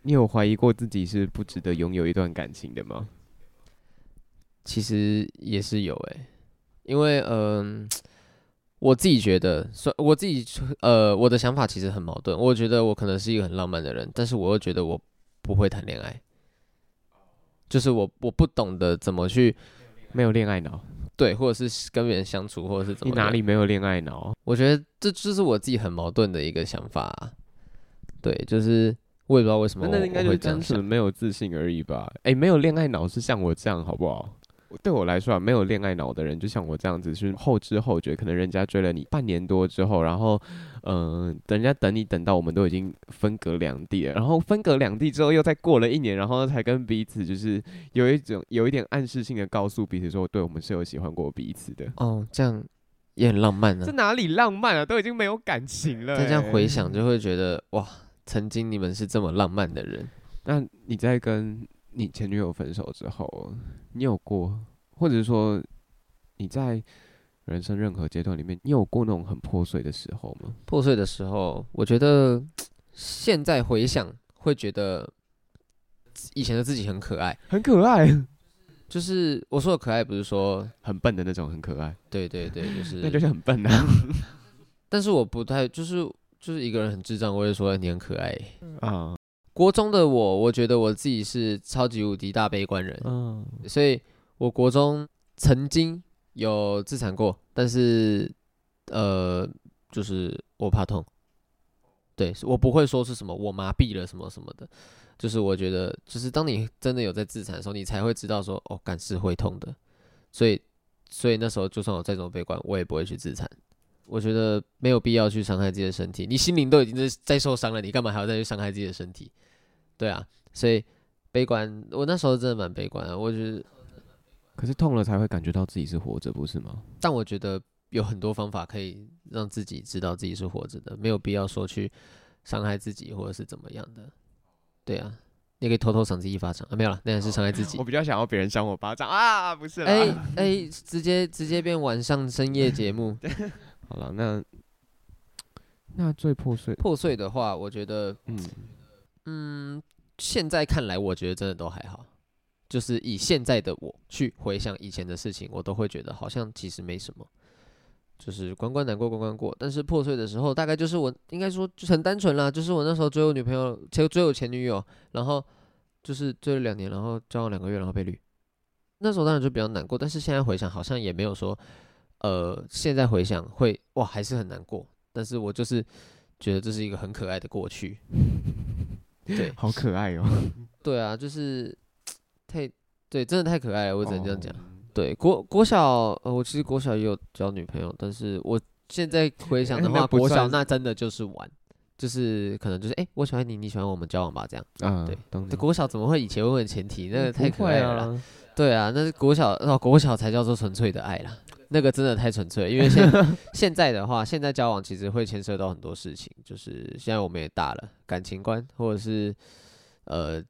你有怀疑过自己是不值得拥有一段感情的吗？其实也是有诶、因为嗯、我自己觉得，所我自己呃，我的想法其实很矛盾。我觉得我可能是一个很浪漫的人，但是我又觉得我不会谈恋爱，就是我我不懂得怎么去没有恋爱脑，对，或者是跟别人相处，或者是怎你么哪样里没有恋爱脑？我觉得这就是我自己很矛盾的一个想法啊、对，就是我也不知道为什么那我，那应该就我是会这单样纯想。没有自信而已吧？哎、没有恋爱脑是像我这样好不好？我对我来说啊，没有恋爱脑的人，就像我这样子，是后知后觉。可能人家追了你半年多之后，然后，嗯、人家等你等到我们都已经分隔两地了，然后分隔两地之后，又再过了一年，然后才跟彼此就是有一种有一点暗示性的告诉彼此说，对我们是有喜欢过彼此的。哦，这样也很浪漫啊这。哪里浪漫啊？都已经没有感情了、再这样欸回想，就会觉得哇，曾经你们是这么浪漫的人。那你在跟你前女友分手之后，你有过，或者说你在人生任何阶段里面，你有过那种很破碎的时候吗？破碎的时候，我觉得现在回想会觉得以前的自己很可爱。很可爱， 就是我说的可爱，不是说很笨的那种，很可爱，对对对，就是那就是很笨啊。但是我不太就是就是一个人很智障，我会说你很可爱。啊，国中的我，我觉得我自己是超级无敌大悲观人，嗯，所以我国中曾经有自残过，但是呃，就是我怕痛，对是我不会说是什么我麻痹了什么什么的，就是我觉得就是当你真的有在自残的时候，你才会知道说哦，感是会痛的，所以所以那时候就算我再怎么悲观，我也不会去自残。我觉得没有必要去伤害自己的身体，你心灵都已经在在受伤了，你干嘛还要再去伤害自己的身体？对啊，所以悲观，我那时候真的蛮悲观的。我觉得可是痛了才会感觉到自己是活着，不是吗？但我觉得有很多方法可以让自己知道自己是活着的，没有必要说去伤害自己或者是怎么样的。对啊，你可以偷偷赏自己一巴掌啊，没有了，那也是伤害自己我。比较想要别人扇我巴掌啊，不哦是啦。哎哎，直接直接变晚上深夜节目。好了，那那最破碎，破碎的话，我觉得，嗯，嗯，现在看来，我觉得真的都还好。就是以现在的我去回想以前的事情，我都会觉得好像其实没什么，就是关关难过关关过。但是破碎的时候，大概就是我应该说就是很单纯啦，就是我那时候追我女朋友，前追我前女友，然后就是追了两年，然后交往两个月，然后被绿。那时候当然就比较难过，但是现在回想好像也没有说，呃，现在回想会哇还是很难过，但是我就是觉得这是一个很可爱的过去。对， 好可爱哦、对啊，就是太对，真的太可爱了，我只能这样讲。哦对，国国小，呃，我其实国小也有交女朋友，但是我现在回想的那话，不国小算那真的就是玩，就是可能就是哎、诶我喜欢你，你喜欢我们交往吧，这样。啊，对懂你，这国小怎么会以前问前提？那个太嗯不可会爱了啦。啊。对啊，那是国小哦，国小才叫做纯粹的爱啦，那个真的太纯粹了。因为 啊 现现在的话，现在交往其实会牵涉到很多事情，就是现在我们也大了，感情观或者是呃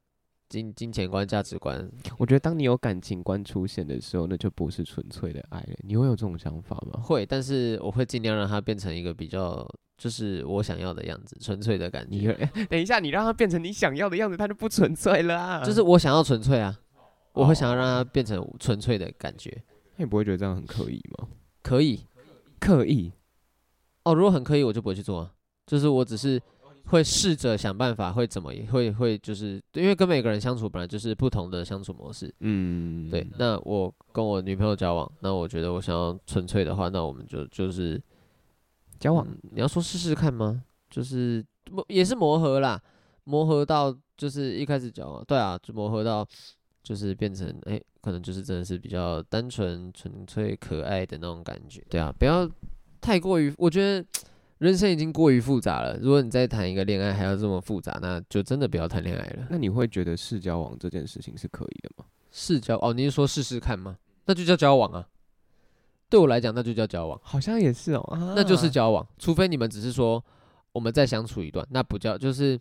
金金钱观、价值观，我觉得当你有感情观出现的时候，那就不是纯粹的爱了。你会有这种想法吗？会，但是我会尽量让它变成一个比较，就是我想要的样子，纯粹的感你觉，会、等一下，你让它变成你想要的样子，它就不纯粹了、啊。就是我想要纯粹啊，哦我会想要让它变成纯粹的感觉，那你不会觉得这样很刻意吗？可以刻意哦。如果很刻意，我就不会去做啊，就是我只是会试着想办法，会怎么也会会就是，因为跟每个人相处本来就是不同的相处模式，嗯，对，那我跟我女朋友交往，那我觉得我想要纯粹的话，那我们就就是交往嗯你要说试试看吗？就是磨也是磨合啦，磨合到就是一开始交往，对啊，就磨合到就是变成哎、诶可能就是真的是比较单纯、纯粹、可爱的那种感觉，对啊，不要太过于，我觉得。人生已经过于复杂了，如果你再谈一个恋爱还要这么复杂，那就真的不要谈恋爱了。那你会觉得试交往这件事情是可以的吗？试交哦，你是说试试看吗？那就叫交往啊。对我来讲，那就叫交往，好像也是哦，啊那就是交往。除非你们只是说我们再相处一段，那不叫就是，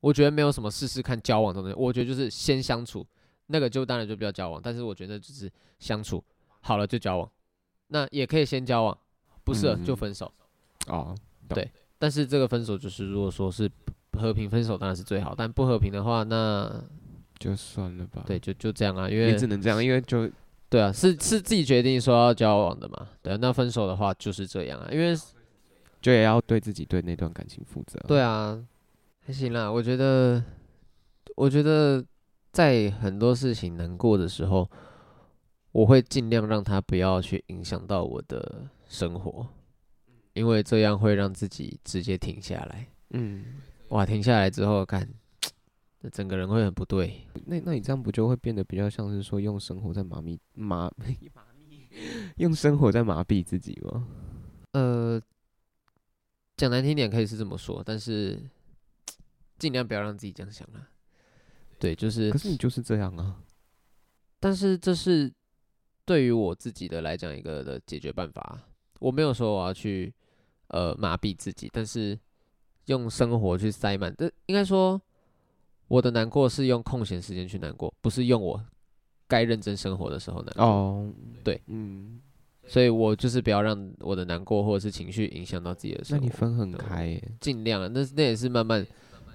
我觉得没有什么试试看交往这种东西。我觉得就是先相处，那个就当然就不叫交往。但是我觉得只是相处好了就交往，那也可以先交往，不适合嗯就分手。哦，但是这个分手就是如果说是和平分手，当然是最好。但不和平的话，那就算了吧。，对就就这样啊，因为也只能这样，因为就对啊，是是自己决定说要交往的嘛？对啊、那分手的话就是这样啊，因为就也要对自己对那段感情负责。对啊，还行啦，我觉得，我觉得在很多事情难过的时候，我会尽量让它不要去影响到我的生活，因为这样会让自己直接停下来。嗯，哇，停下来之后，看，这整个人会很不对。那那你这样不就会变得比较像是说用生活在麻痹麻 用生活在麻痹自己吗？呃，讲难听点可以是这么说，但是尽量不要让自己这样想啦。对，就是可，是你就是这样啊。但是这是对于我自己的来讲一个的解决办法啊。我没有说我要去呃麻痹自己，但是用生活去塞满，这应该说我的难过是用空闲时间去难过，不是用我该认真生活的时候难过。哦，对，嗯，所以我就是不要让我的难过或者是情绪影响到自己的生那活。你分很对开耶。尽量啊，那那也是慢慢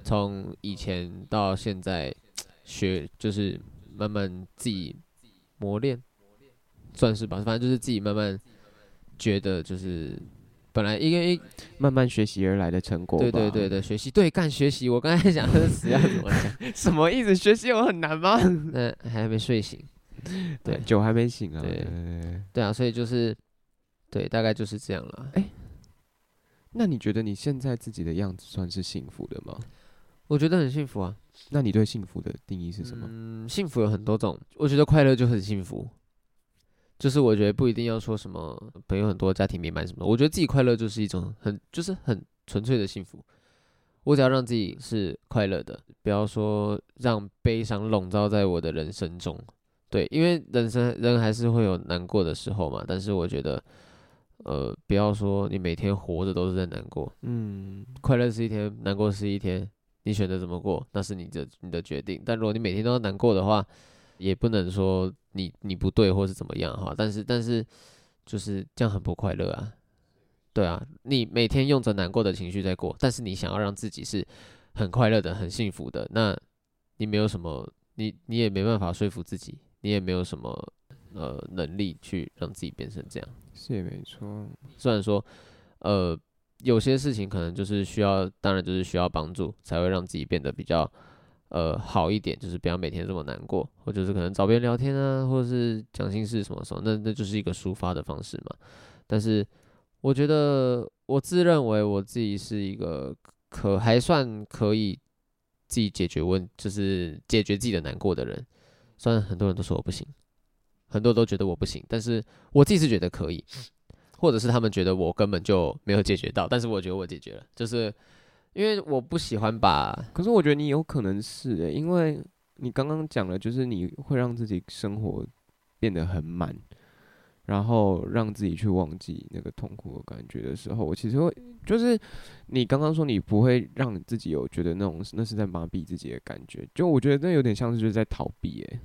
从以前到现在学，就是慢慢自己磨练，算是吧。反正就是自己慢慢觉得，就是本来一个一慢慢学习而来的成果吧。对对对对，学习对干学习。我刚才想的死要怎么讲，对，什么意思？学习有很难 吗？那还没睡醒。对酒还没醒啊。对对对对对啊，所以就是对，大概就是这样了。那你觉得你现在自己的样子算是幸福的吗？我觉得很幸福啊。那你对幸福的定义是什么？嗯，幸福有很多种，我觉得快乐就很幸福。就是我觉得不一定要说什么朋友很多、家庭美满什么的，我觉得自己快乐就是一种很就是很纯粹的幸福。我只要让自己是快乐的，不要说让悲伤笼罩在我的人生中。对，因为人生人还是会有难过的时候嘛，但是我觉得，呃，不要说你每天活着都是在难过，嗯，快乐是一天，难过是一天，你选择怎么过，那是你的你的决定。但如果你每天都要难过的话，也不能说你你不对或是怎么样哈。但是但是就是这样很不快乐啊，对啊，你每天用着难过的情绪在过，但是你想要让自己是很快乐的、很幸福的，那你没有什么，你你也没办法说服自己，你也没有什么呃能力去让自己变成这样。是也没错。虽然说，呃，有些事情可能就是需要，当然就是需要帮助，才会让自己变得比较呃好一点，就是不要每天这么难过，或者是可能找别人聊天啊，或者是讲心事什么什么，那那就是一个抒发的方式嘛。但是我觉得，我自认为我自己是一个可还算可以自己解决问，就是解决自己的难过的人。虽然很多人都说我不行，很多人都觉得我不行，但是我自己是觉得可以。或者是他们觉得我根本就没有解决到，但是我觉得我解决了，就是因为我不喜欢把可是我觉得你有可能是欸、因为你刚刚讲了，就是你会让自己生活变得很满，然后让自己去忘记那个痛苦的感觉的时候，我其实会就是你刚刚说你不会让你自己有觉得那种那是在麻痹自己的感觉，就我觉得那有点像是就是在逃避诶、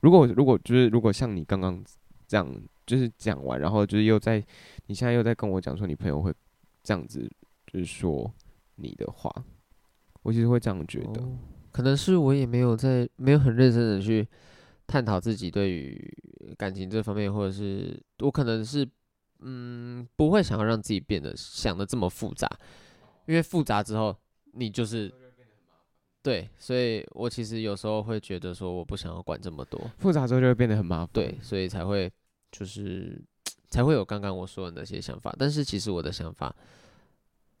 如果如果就是如果像你刚刚这样，就是讲完，然后就是又在你现在又在跟我讲说你朋友会这样子，就是说你的话，我其实会这样觉得。哦可能是我也没有在没有很认真的去探讨自己对于感情这方面，或者是我可能是嗯不会想要让自己变得想的这么复杂，因为复杂之后你就是对，所以我其实有时候会觉得说我不想要管这么多，复杂之后就会变得很麻烦。对，所以才会就是才会有刚刚我说的那些想法，但是其实我的想法，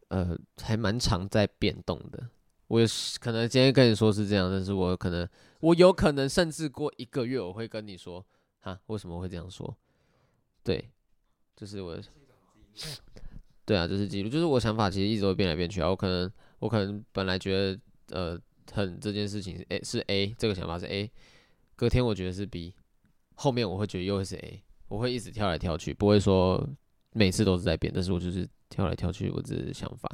呃，还蛮常在变动的。我有时可能今天跟你说是这样，但是我可能我有可能甚至过一个月，我会跟你说，哈，为什么会这样说？对，就是我的，对啊，就是记录，就是我想法其实一直都会变来变去啊。我可能我可能本来觉得呃很这件事情是 A 是 A 这个想法是 A，隔天我觉得是 B，后面我会觉得又会是 A，我会一直跳来跳去，不会说每次都是在变，但是我就是跳来跳去，我自己的想法，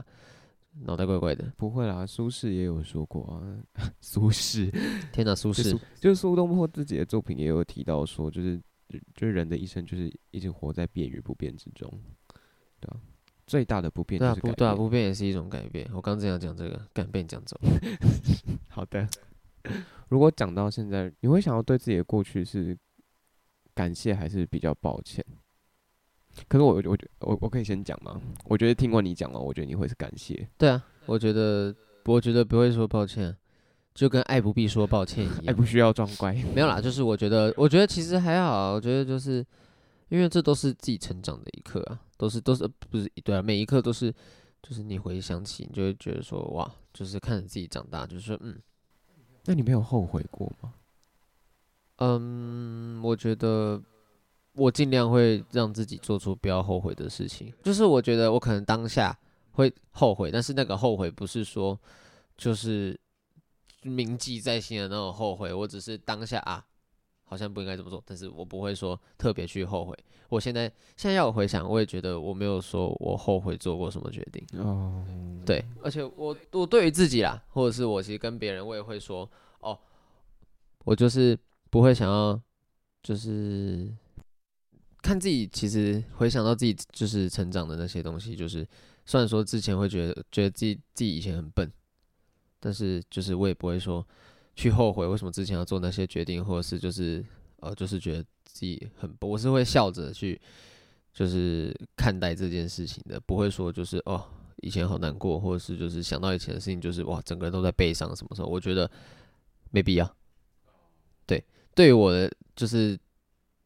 脑袋怪怪的。不会啦，苏轼也有说过 啊，苏轼天哪，苏就轼苏，就是苏东坡自己的作品也有提到说，就是就是人的一生就是一直活在变与不变之中，对啊，最大的不变就对啊，是不改对啊，变不变也是一种改变。我刚正要讲这个，改变讲走了。好的。如果讲到现在，你会想要对自己的过去是感谢还是比较抱歉？可是我我我我可以先讲吗？我觉得听过你讲完，我觉得你会是感谢，对啊，我觉得，我觉得不会说抱歉，就跟爱不必说抱歉一哎，样。不需要装乖。 没有啦，就是我觉得，我觉得其实还好啊，我觉得就是因为这都是自己成长的一刻啊，都是都是呃不是对啊，每一刻都是就是你回想起，你就会觉得说哇，就是看着自己长大，就是说嗯那你没有后悔过吗？嗯，我觉得我尽量会让自己做出不要后悔的事情，就是我觉得我可能当下会后悔，但是那个后悔不是说就是铭记在心的那种后悔，我只是当下啊，好像不应该这么做，但是我不会说特别去后悔。我现在现在要我回想，我也觉得我没有说我后悔做过什么决定。哦，对，而且我我对于自己啦，或者是我其实跟别人，我也会说，哦，我就是不会想要，就是看自己，其实回想到自己就是成长的那些东西，就是虽然说之前会觉得觉得自己自己以前很笨，但是就是我也不会说去后悔为什么之前要做那些决定，或者是就是呃就是觉得自己很笨，我是会笑着去。就是看待这件事情的，不会说就是哦，以前好难过，或者是就是想到以前的事情，就是哇，整个人都在悲伤什么时候？我觉得没必要。对，对于我的就是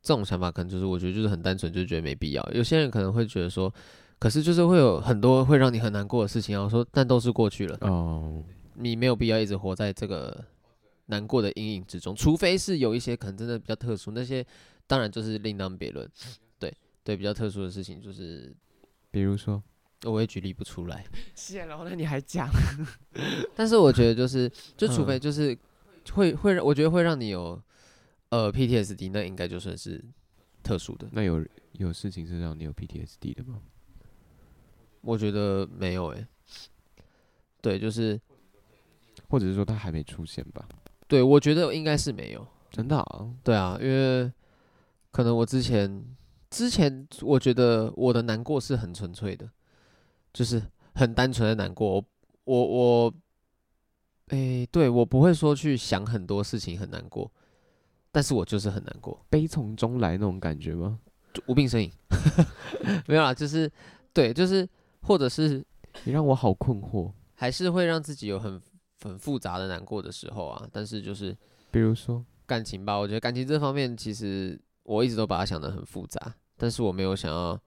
这种想法，可能就是我觉得就是很单纯，就觉得没必要。有些人可能会觉得说，可是就是会有很多会让你很难过的事情啊。我说，但都是过去了，哦，你没有必要一直活在这个难过的阴影之中，除非是有一些可能真的比较特殊，那些当然就是另当别论。对对，比较特殊的事情，就是比如说，我也举例不出来。谢了，那你还讲？但是我觉得就是，就除嗯非就是会会，让我觉得会让你有呃 PTSD，那应该就算是特殊的。那有有事情是让你有 PTSD 的吗？我觉得没有诶、欸对，就是或者是说他还没出现吧？对，我觉得应该是没有。真的、啊？对啊，因为可能我之前之前我觉得我的难过是很纯粹的，就是很单纯的难过。我我，诶、对我不会说去想很多事情很难过，但是我就是很难过。悲从中来那种感觉吗？无病呻吟， 没有啦，就是对，就是或者是你让我好困惑。还是会让自己有很很复杂的难过的时候啊。但是就是比如说，感情吧，我觉得感情这方面其实我一直都把它想得很复杂，但是我没有想要，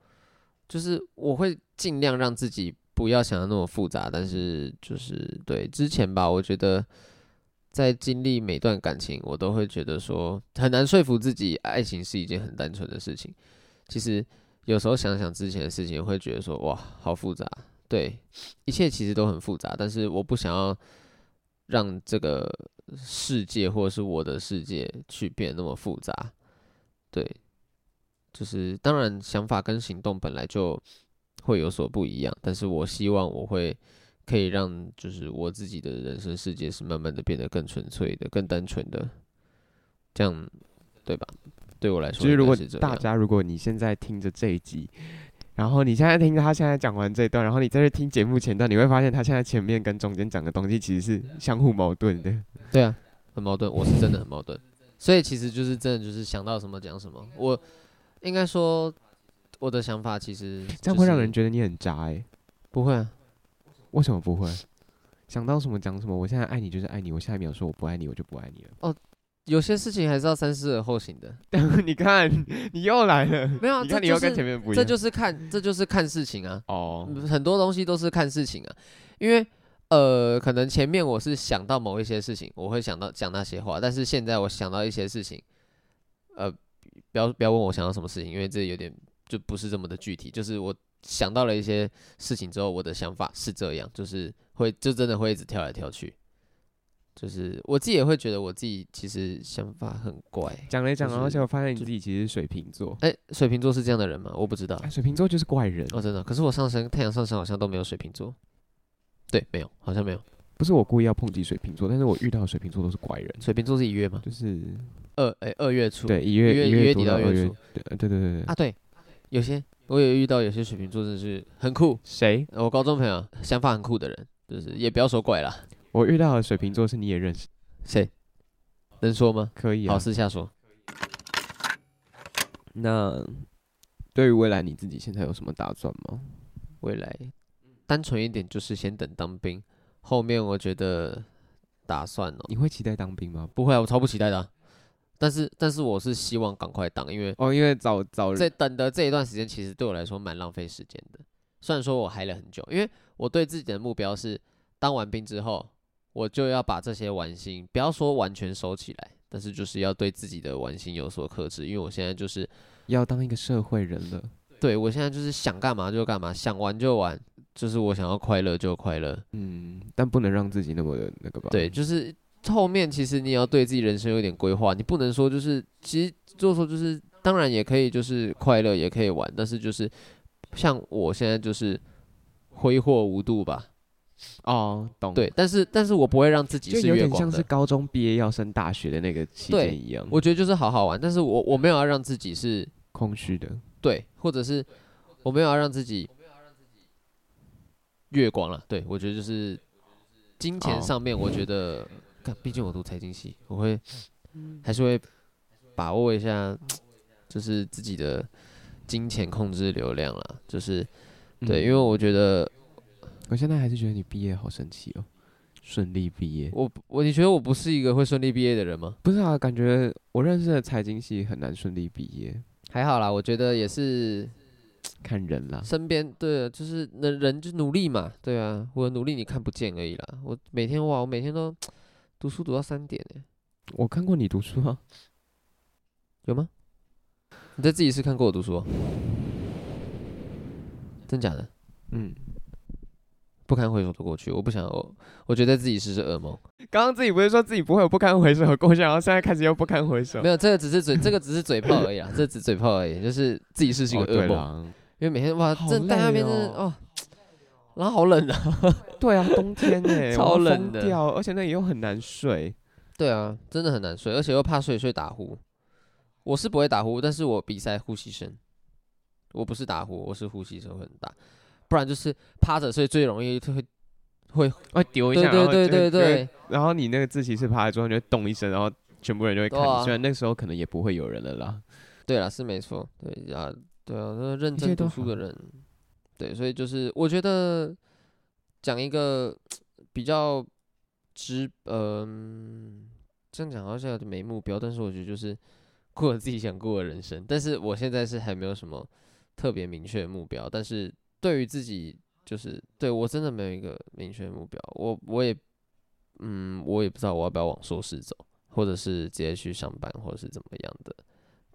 就是我会尽量让自己不要想的那么复杂。但是就是对之前吧，我觉得在经历每段感情，我都会觉得说很难说服自己，爱情是一件很单纯的事情。其实有时候想想之前的事情，会觉得说哇，好复杂。对，一切其实都很复杂，但是我不想要让这个世界或者是我的世界去变得那么复杂。对，就是当然想法跟行动本来就会有所不一样，但是我希望我会可以让就是我自己的人生世界是慢慢的变得更纯粹的、更单纯的，这样对吧？对我来说就是如果应该是这样大家，如果你现在听着这一集，然后你现在听他现在讲完这一段，然后你再去听节目前段，你会发现他现在前面跟中间讲的东西其实是相互矛盾的。对啊，很矛盾，我是真的很矛盾，所以其实就是真的就是想到什么讲什么，我应该说我的想法其实、这样会让人觉得你很渣哎、不会啊，为什么不会？想到什么讲什么，我现在爱你就是爱你，我下一秒说我不爱你，我就不爱你了。有些事情还是要三思而后行的， 你看，你又来了，没有啊你看这你又就是跟前面不一这样，就是看这就是看事情啊，哦，很多东西都是看事情啊，因为呃，可能前面我是想到某一些事情，我会想到讲那些话，但是现在我想到一些事情，呃，不要不要问我想到什么事情，因为这有点就不是这么的具体，就是我想到了一些事情之后，我的想法是这样，就是会就真的会一直跳来跳去。就是我自己也会觉得我自己其实想法很怪。讲来讲，就然后而是且我发现你就自己其实是水瓶座，哎，水瓶座是这样的人吗？我不知道啊。水瓶座就是怪人，哦，真的。可是我上升太阳上升好像都没有水瓶座，对，没有，好像没有。不是我故意要抨击水瓶座，但是我遇到的水瓶座都是怪人，水瓶座是一月吗？就是二哎、二月初对一一月月一一月多底到到二一月月初，对对对对对。啊，对，有些我也遇到有些水瓶座真的是很酷，谁？我高中朋友想法很酷的人，就是也不要说怪啦，我遇到的水瓶座是你也认识，谁能说吗？可以啊好，。私下说。那对于未来你自己现在有什么打算吗？未来单纯一点，就是先等当兵，后面我觉得打算哦、你会期待当兵吗？不会啊，我超不期待的啊、但是但是我是希望赶快当，因为哦，因为早早这等的这一段时间，其实对我来说蛮浪费时间的。虽然说我嗨了很久，因为我对自己的目标是，当完兵之后，我就要把这些玩心，不要说完全收起来，但是就是要对自己的玩心有所克制。因为我现在就是，要当一个社会人了。对我现在就是想干嘛就干嘛，想玩就玩，就是我想要快乐就快乐。嗯，但不能让自己那么的那个吧。对，，就是后面其实你也要对自己人生有点规划，你不能说就是其实做说就是当然也可以就是快乐也可以玩，但是就是像我现在就是挥霍无度吧，哦，懂。，对，但是但是我不会让自己就是有月点光像是的，高中毕业要升大学的那个期对间一样，我觉得就是好好玩，但是我我没有要让自己是空虚的。对，或者是我没有要让自己月光了，对我觉得就是金钱哦上面，我觉得，看，毕竟我读财经系，我会还是会把握一下，就是自己的金钱控制流量啦，就是对，嗯因为我觉得我现在还是觉得你毕业好神奇哦，顺利毕业。我我你觉得我不是一个会顺利毕业的人吗？不是啊，感觉我认识的财经系很难顺利毕业，还好啦，我觉得也是看人啦。身边对啊，就是那人就努力嘛，对啊，我的努力你看不见而已啦。我每天哇，我每天都读书读到三点欸我看过你读书啊，有吗？你在自己是看过我读书、哦？真假的？嗯，不堪回首的过去，我不想我，我觉得自己是是噩梦。刚刚自己不是说自己不会有不堪回首的过去，然后现在开始又不堪回首没。有，这个只是嘴，这个只是嘴炮而已啦，这只是嘴炮而已，就是自己是是一哦个对噩梦，啦，因为每天哇，好这在那边累真是哦哦，然后好冷啊。 对啊，冬天哎、 超我要冷疯的掉，而且那里又很难睡。对啊，真的很难睡，而且又怕睡睡打呼。我是不会打呼，但是我鼻塞呼吸声，我不是打呼，我是呼吸声会很大，不然就是趴着睡最容易会会，会丢对对对对对。，然后你那个自习室趴在桌上，你就会咚一声，然后全部人就会看对你。啊虽然那时候可能也不会有人了啦。 对啦，是没错，对啊，对啊，那认一真切读都书好的人，对，所以就是我觉得讲一个比较直，嗯、这样讲好像有点没目标，但是我觉得就是过了自己想过的人生，但是我现在是还没有什么特别明确的目标，但是对于自己就是对我真的没有一个明确的目标，我我也嗯，我也不知道我要不要往硕士走，或者是直接去上班，或者是怎么样的。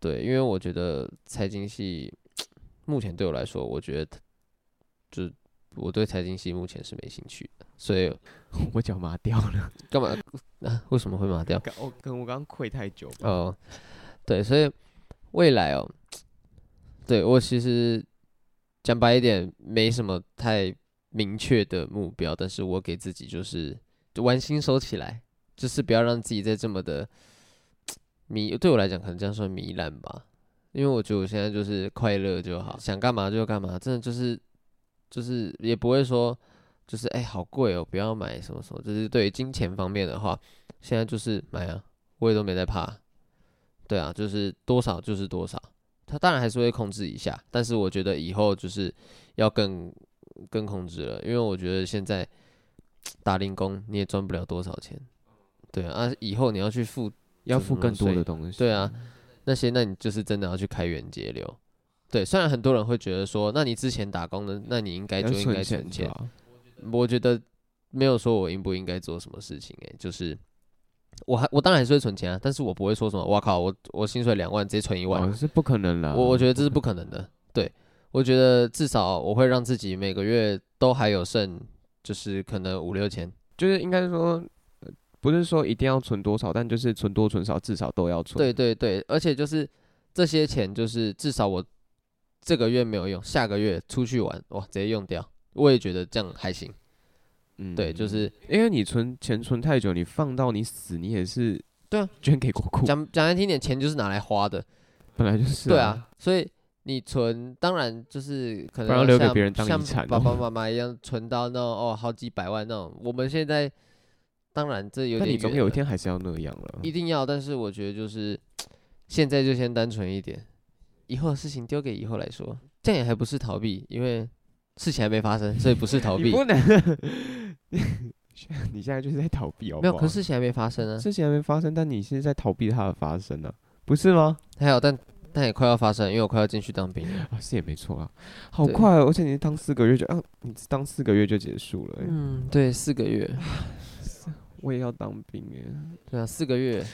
对，因为我觉得财经系目前对我来说，我觉得它就我对财经系目前是没兴趣的，所以我脚麻掉 了，干嘛、啊、为什么会麻掉？我可能我刚刚跪太久吧。哦，对，所以未来哦，对我其实讲白一点，没什么太明确的目标，但是我给自己就是就玩心收起来，就是不要让自己再这么的迷。对我来讲，可能这样算糜烂吧，因为我觉得我现在就是快乐就好，想干嘛就干嘛，真的就是就是也不会说就是哎、好贵哦，不要买什么什么。就是对于金钱方面的话，现在就是买啊，我也都没在怕。对啊，就是多少就是多少，他当然还是会控制一下，但是我觉得以后就是要更更控制了，因为我觉得现在打零工你也赚不了多少钱，对啊，啊以后你要去付要怎付么更多睡的东西。对啊，那些，那你就是真的要去开源节流。对，虽然很多人会觉得说，那你之前打工的，那你应该要就应该存钱存钱吧。我觉得没有说我应不应该做什么事情、欸，就是我还我当然还是会存钱啊，但是我不会说什么，哇靠，我我薪水两万直接存一万，哦，是不可能啦。我我觉得这是不可能的。对，我觉得至少我会让自己每个月都还有剩，就是可能五六千。 就是应该说，呃不是说一定要存多少，但就是存多存少至少都要存。对对对，而且就是这些钱，就是至少我这个月没有用，下个月出去玩哇，直接用掉。我也觉得这样还行。嗯，对，就是因为你存钱存太久，你放到你死，你也是对啊，捐给国库，讲讲难听点，钱就是拿来花的。本来就是、对啊，，所以你存，当然就是可能不然要留给像别人当像遗产爸哦 爸妈妈一样存到那种哦好几百万那种。我们现在当然这有但点你总远有了一天还是要那样了。一定要，但是我觉得就是现在就先单纯一点，以后的事情丢给以后来说，这样也还不是逃避，因为事情还没发生，所以不是逃避。你不没能， 你现在就是在逃避哦。有，可是事情还没发生啊，事情还没发生，但你是在逃避它的发生呢、不是吗？还有，但但也快要发生，因为我快要进去当兵了。啊，是也没错啊，好对快、哦，而且你当四个月就啊，你当四个月就结束了欸、嗯，对，四个月，我也要当兵哎、对啊，四个月，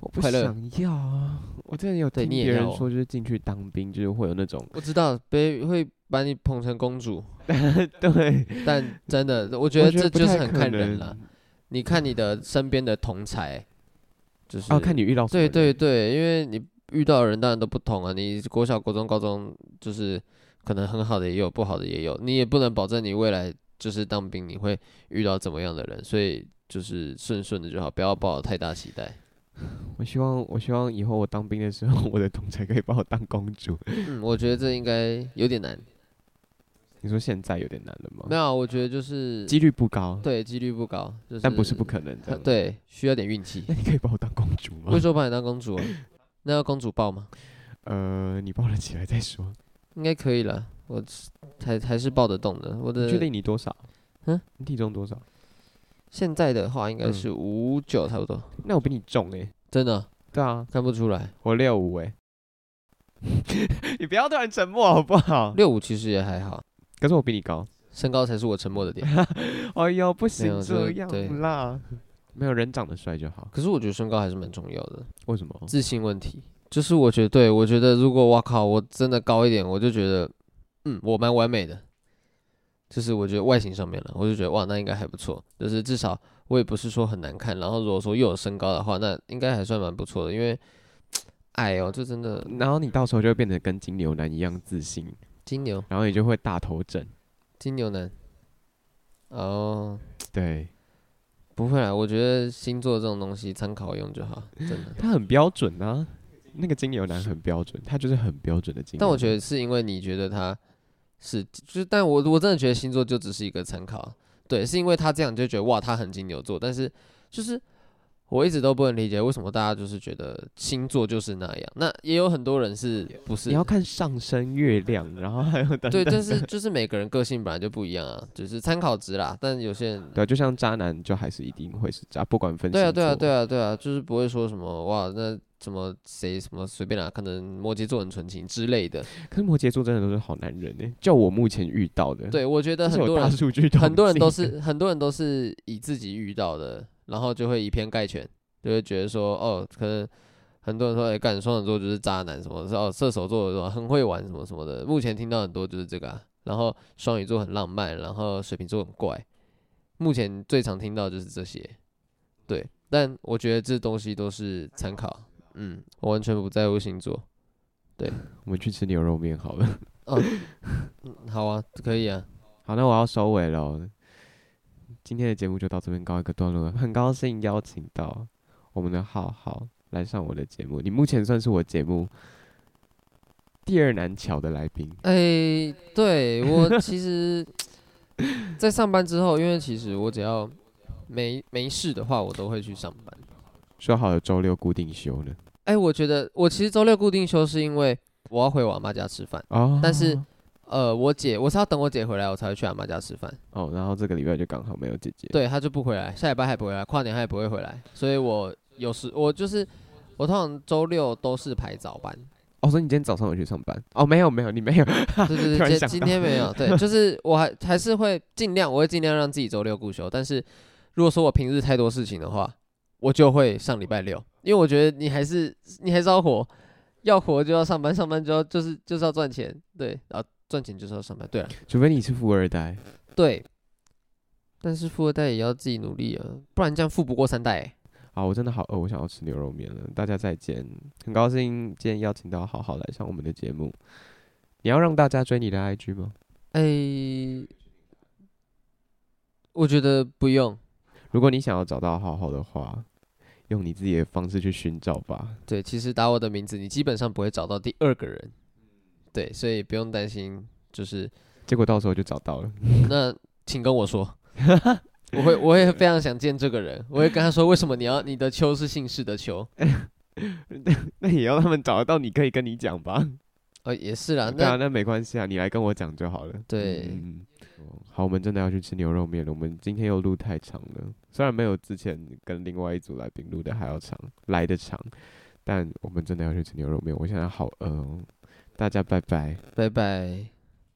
我不快乐想要啊！我之前有对听你也别人要说，就是进去当兵，就是会有那 种我知道，别会把你捧成公主，对，但真的，我觉我得觉这不就是太很可看人能了。你看你的身边的同才，就是啊，看你遇到什么对人对对，因为你遇到的人当然都不同啊，你国小、国中、高中就是可能很好的也有，不好的也有，你也不能保证你未来就是当兵你会遇到怎么样的人，所以就是顺顺的就好，不要抱有太大期待。我希望我希望以后我当兵的时候，我的同才可以把我当公主。嗯，我觉得这应该有点难。你说现在有点难了吗？没有啊，我觉得就是哦几率不高，对几率不高，就是但不是不可能这样。， 对，需要点运 气。那你可以把我当公主吗为？什么把你当公主、啊？那要公主抱吗？呃，你抱了起来再说。应该可以了，我还还是抱得动的。我的你确定你多少？呃嗯，你体重多少？现在的话应该嗯是五九差不多，那我比你重哎。真的对啊，看不出来。我六五哎。 你不要突然沉默好不好？六五其实也还好，可是我比你高。身高才是我沉默的点。哎呦，不没行有这这对样啦！没有人长得帅就好，可是我觉得身高还是蛮重要的，为什么？自信问题。就是我觉得，对我觉得，如果我靠，我真的高一点，我就觉得，嗯，我蛮完美的。就是我觉得外形上面了，我就觉得哇，那应该还不错。就是至少我也不是说很难看，然后如果说又有身高的话，那应该还算蛮不错的。因为矮哦，这真的然后你到时候就会变得跟金牛男一样自信，金牛然后你就会大头枕。金牛男。哦、对，不会啦，我觉得星座这种东西参考用就好，真的。他很标准啊，那个金牛男很标准，他就是很标准的金牛男。但我觉得是因为你觉得他是，就是，但我我真的觉得星座就只是一个参考，对，是因为他这样你就觉得哇，他很金牛座，但是就是我一直都不能理解为什么大家就是觉得星座就是那样，那也有很多人是不是你？要看上升月亮，然后还有等对， 等但是就是每个人个性本来就不一样啊，只是参考值啦。但有些 人，对，啊就像渣男，就还是一定会是渣，不管分对啊，对啊，对啊，啊，对啊，就是不会说什么哇，那怎么谁什么随便啦、可能摩羯座很纯情之类的，可是摩羯座真的都是好男人呢、就我目前遇到的，，对，我觉得这是有很多大人数据统计的，很多人 都是很多人都是以自己遇到的，然后就会以偏概全，就会觉得说哦，可能很多人说哎，干、双子座就是渣男什么，哦，射手座什么很会玩什么什么的。目前听到很多就是这个、啊，然后双鱼座很浪漫，然后水瓶座很怪，目前最常听到就是这些。对，但我觉得这东西都是参考，嗯，我完全不在乎星座。我们去吃牛肉面好了。嗯好啊，可以啊，好，那我要收尾了哦。今天的节目就到这边告一个段落了，很高兴邀请到我们的浩浩来上我的节目。你目前算是我节目第二难巧的来宾，哎、对我其实，在上班之后，因为其实我只要没没事的话，我都会去上班。说好的周六固定休呢？哎、我觉得我其实周六固定休是因为我要回我阿妈家吃饭。哦，但是呃，我姐我是要等我姐回来，我才会去阿妈家吃饭。哦，然后这个礼拜就刚好没有姐姐。对，她就不回来，下礼拜还不回来，跨年她也不会回来，所以我有时我就是我通常周六都是排早班，哦，所以你今天早上有去上班？哦，没有没有，你没有。对突然对对，今想今到天没有，对，就是我还还是会尽量，我会尽量让自己周六固休，但是如果说我平日太多事情的话，我就会上礼拜六，因为我觉得你还是你还是要活，要活就要上班，上班就要就是就是要赚钱，对，啊，赚钱就是要上班，对啊，除非你是富二代，对，但是富二代也要自己努力啊，不然这样富不过三代欸、啊，我真的好饿，我想要吃牛肉面了。大家再见，很高兴今天邀请到好好来上我们的节目。你要让大家追你的 IG 吗？诶、我觉得不用，如果你想要找到好好的话，用你自己的方式去寻找吧。对，其实打我的名字，你基本上不会找到第二个人，对，所以不用担心，就是结果到时候就找到了。 那请跟我说， 我会我会非常想见这个人，我会跟他说为什么你要你的秋是姓氏的秋，那也要他们找得到，你可以跟你讲吧。呃，也是啦，对啊，那那没关系啊，你来跟我讲就好了。对嗯，嗯哦好，我们真的要去吃牛肉面了。我们今天又录太长了，虽然没有之前跟另外一组来宾录的还要长，来的长，但我们真的要去吃牛肉面。我现在好饿哦，大家拜拜。拜拜。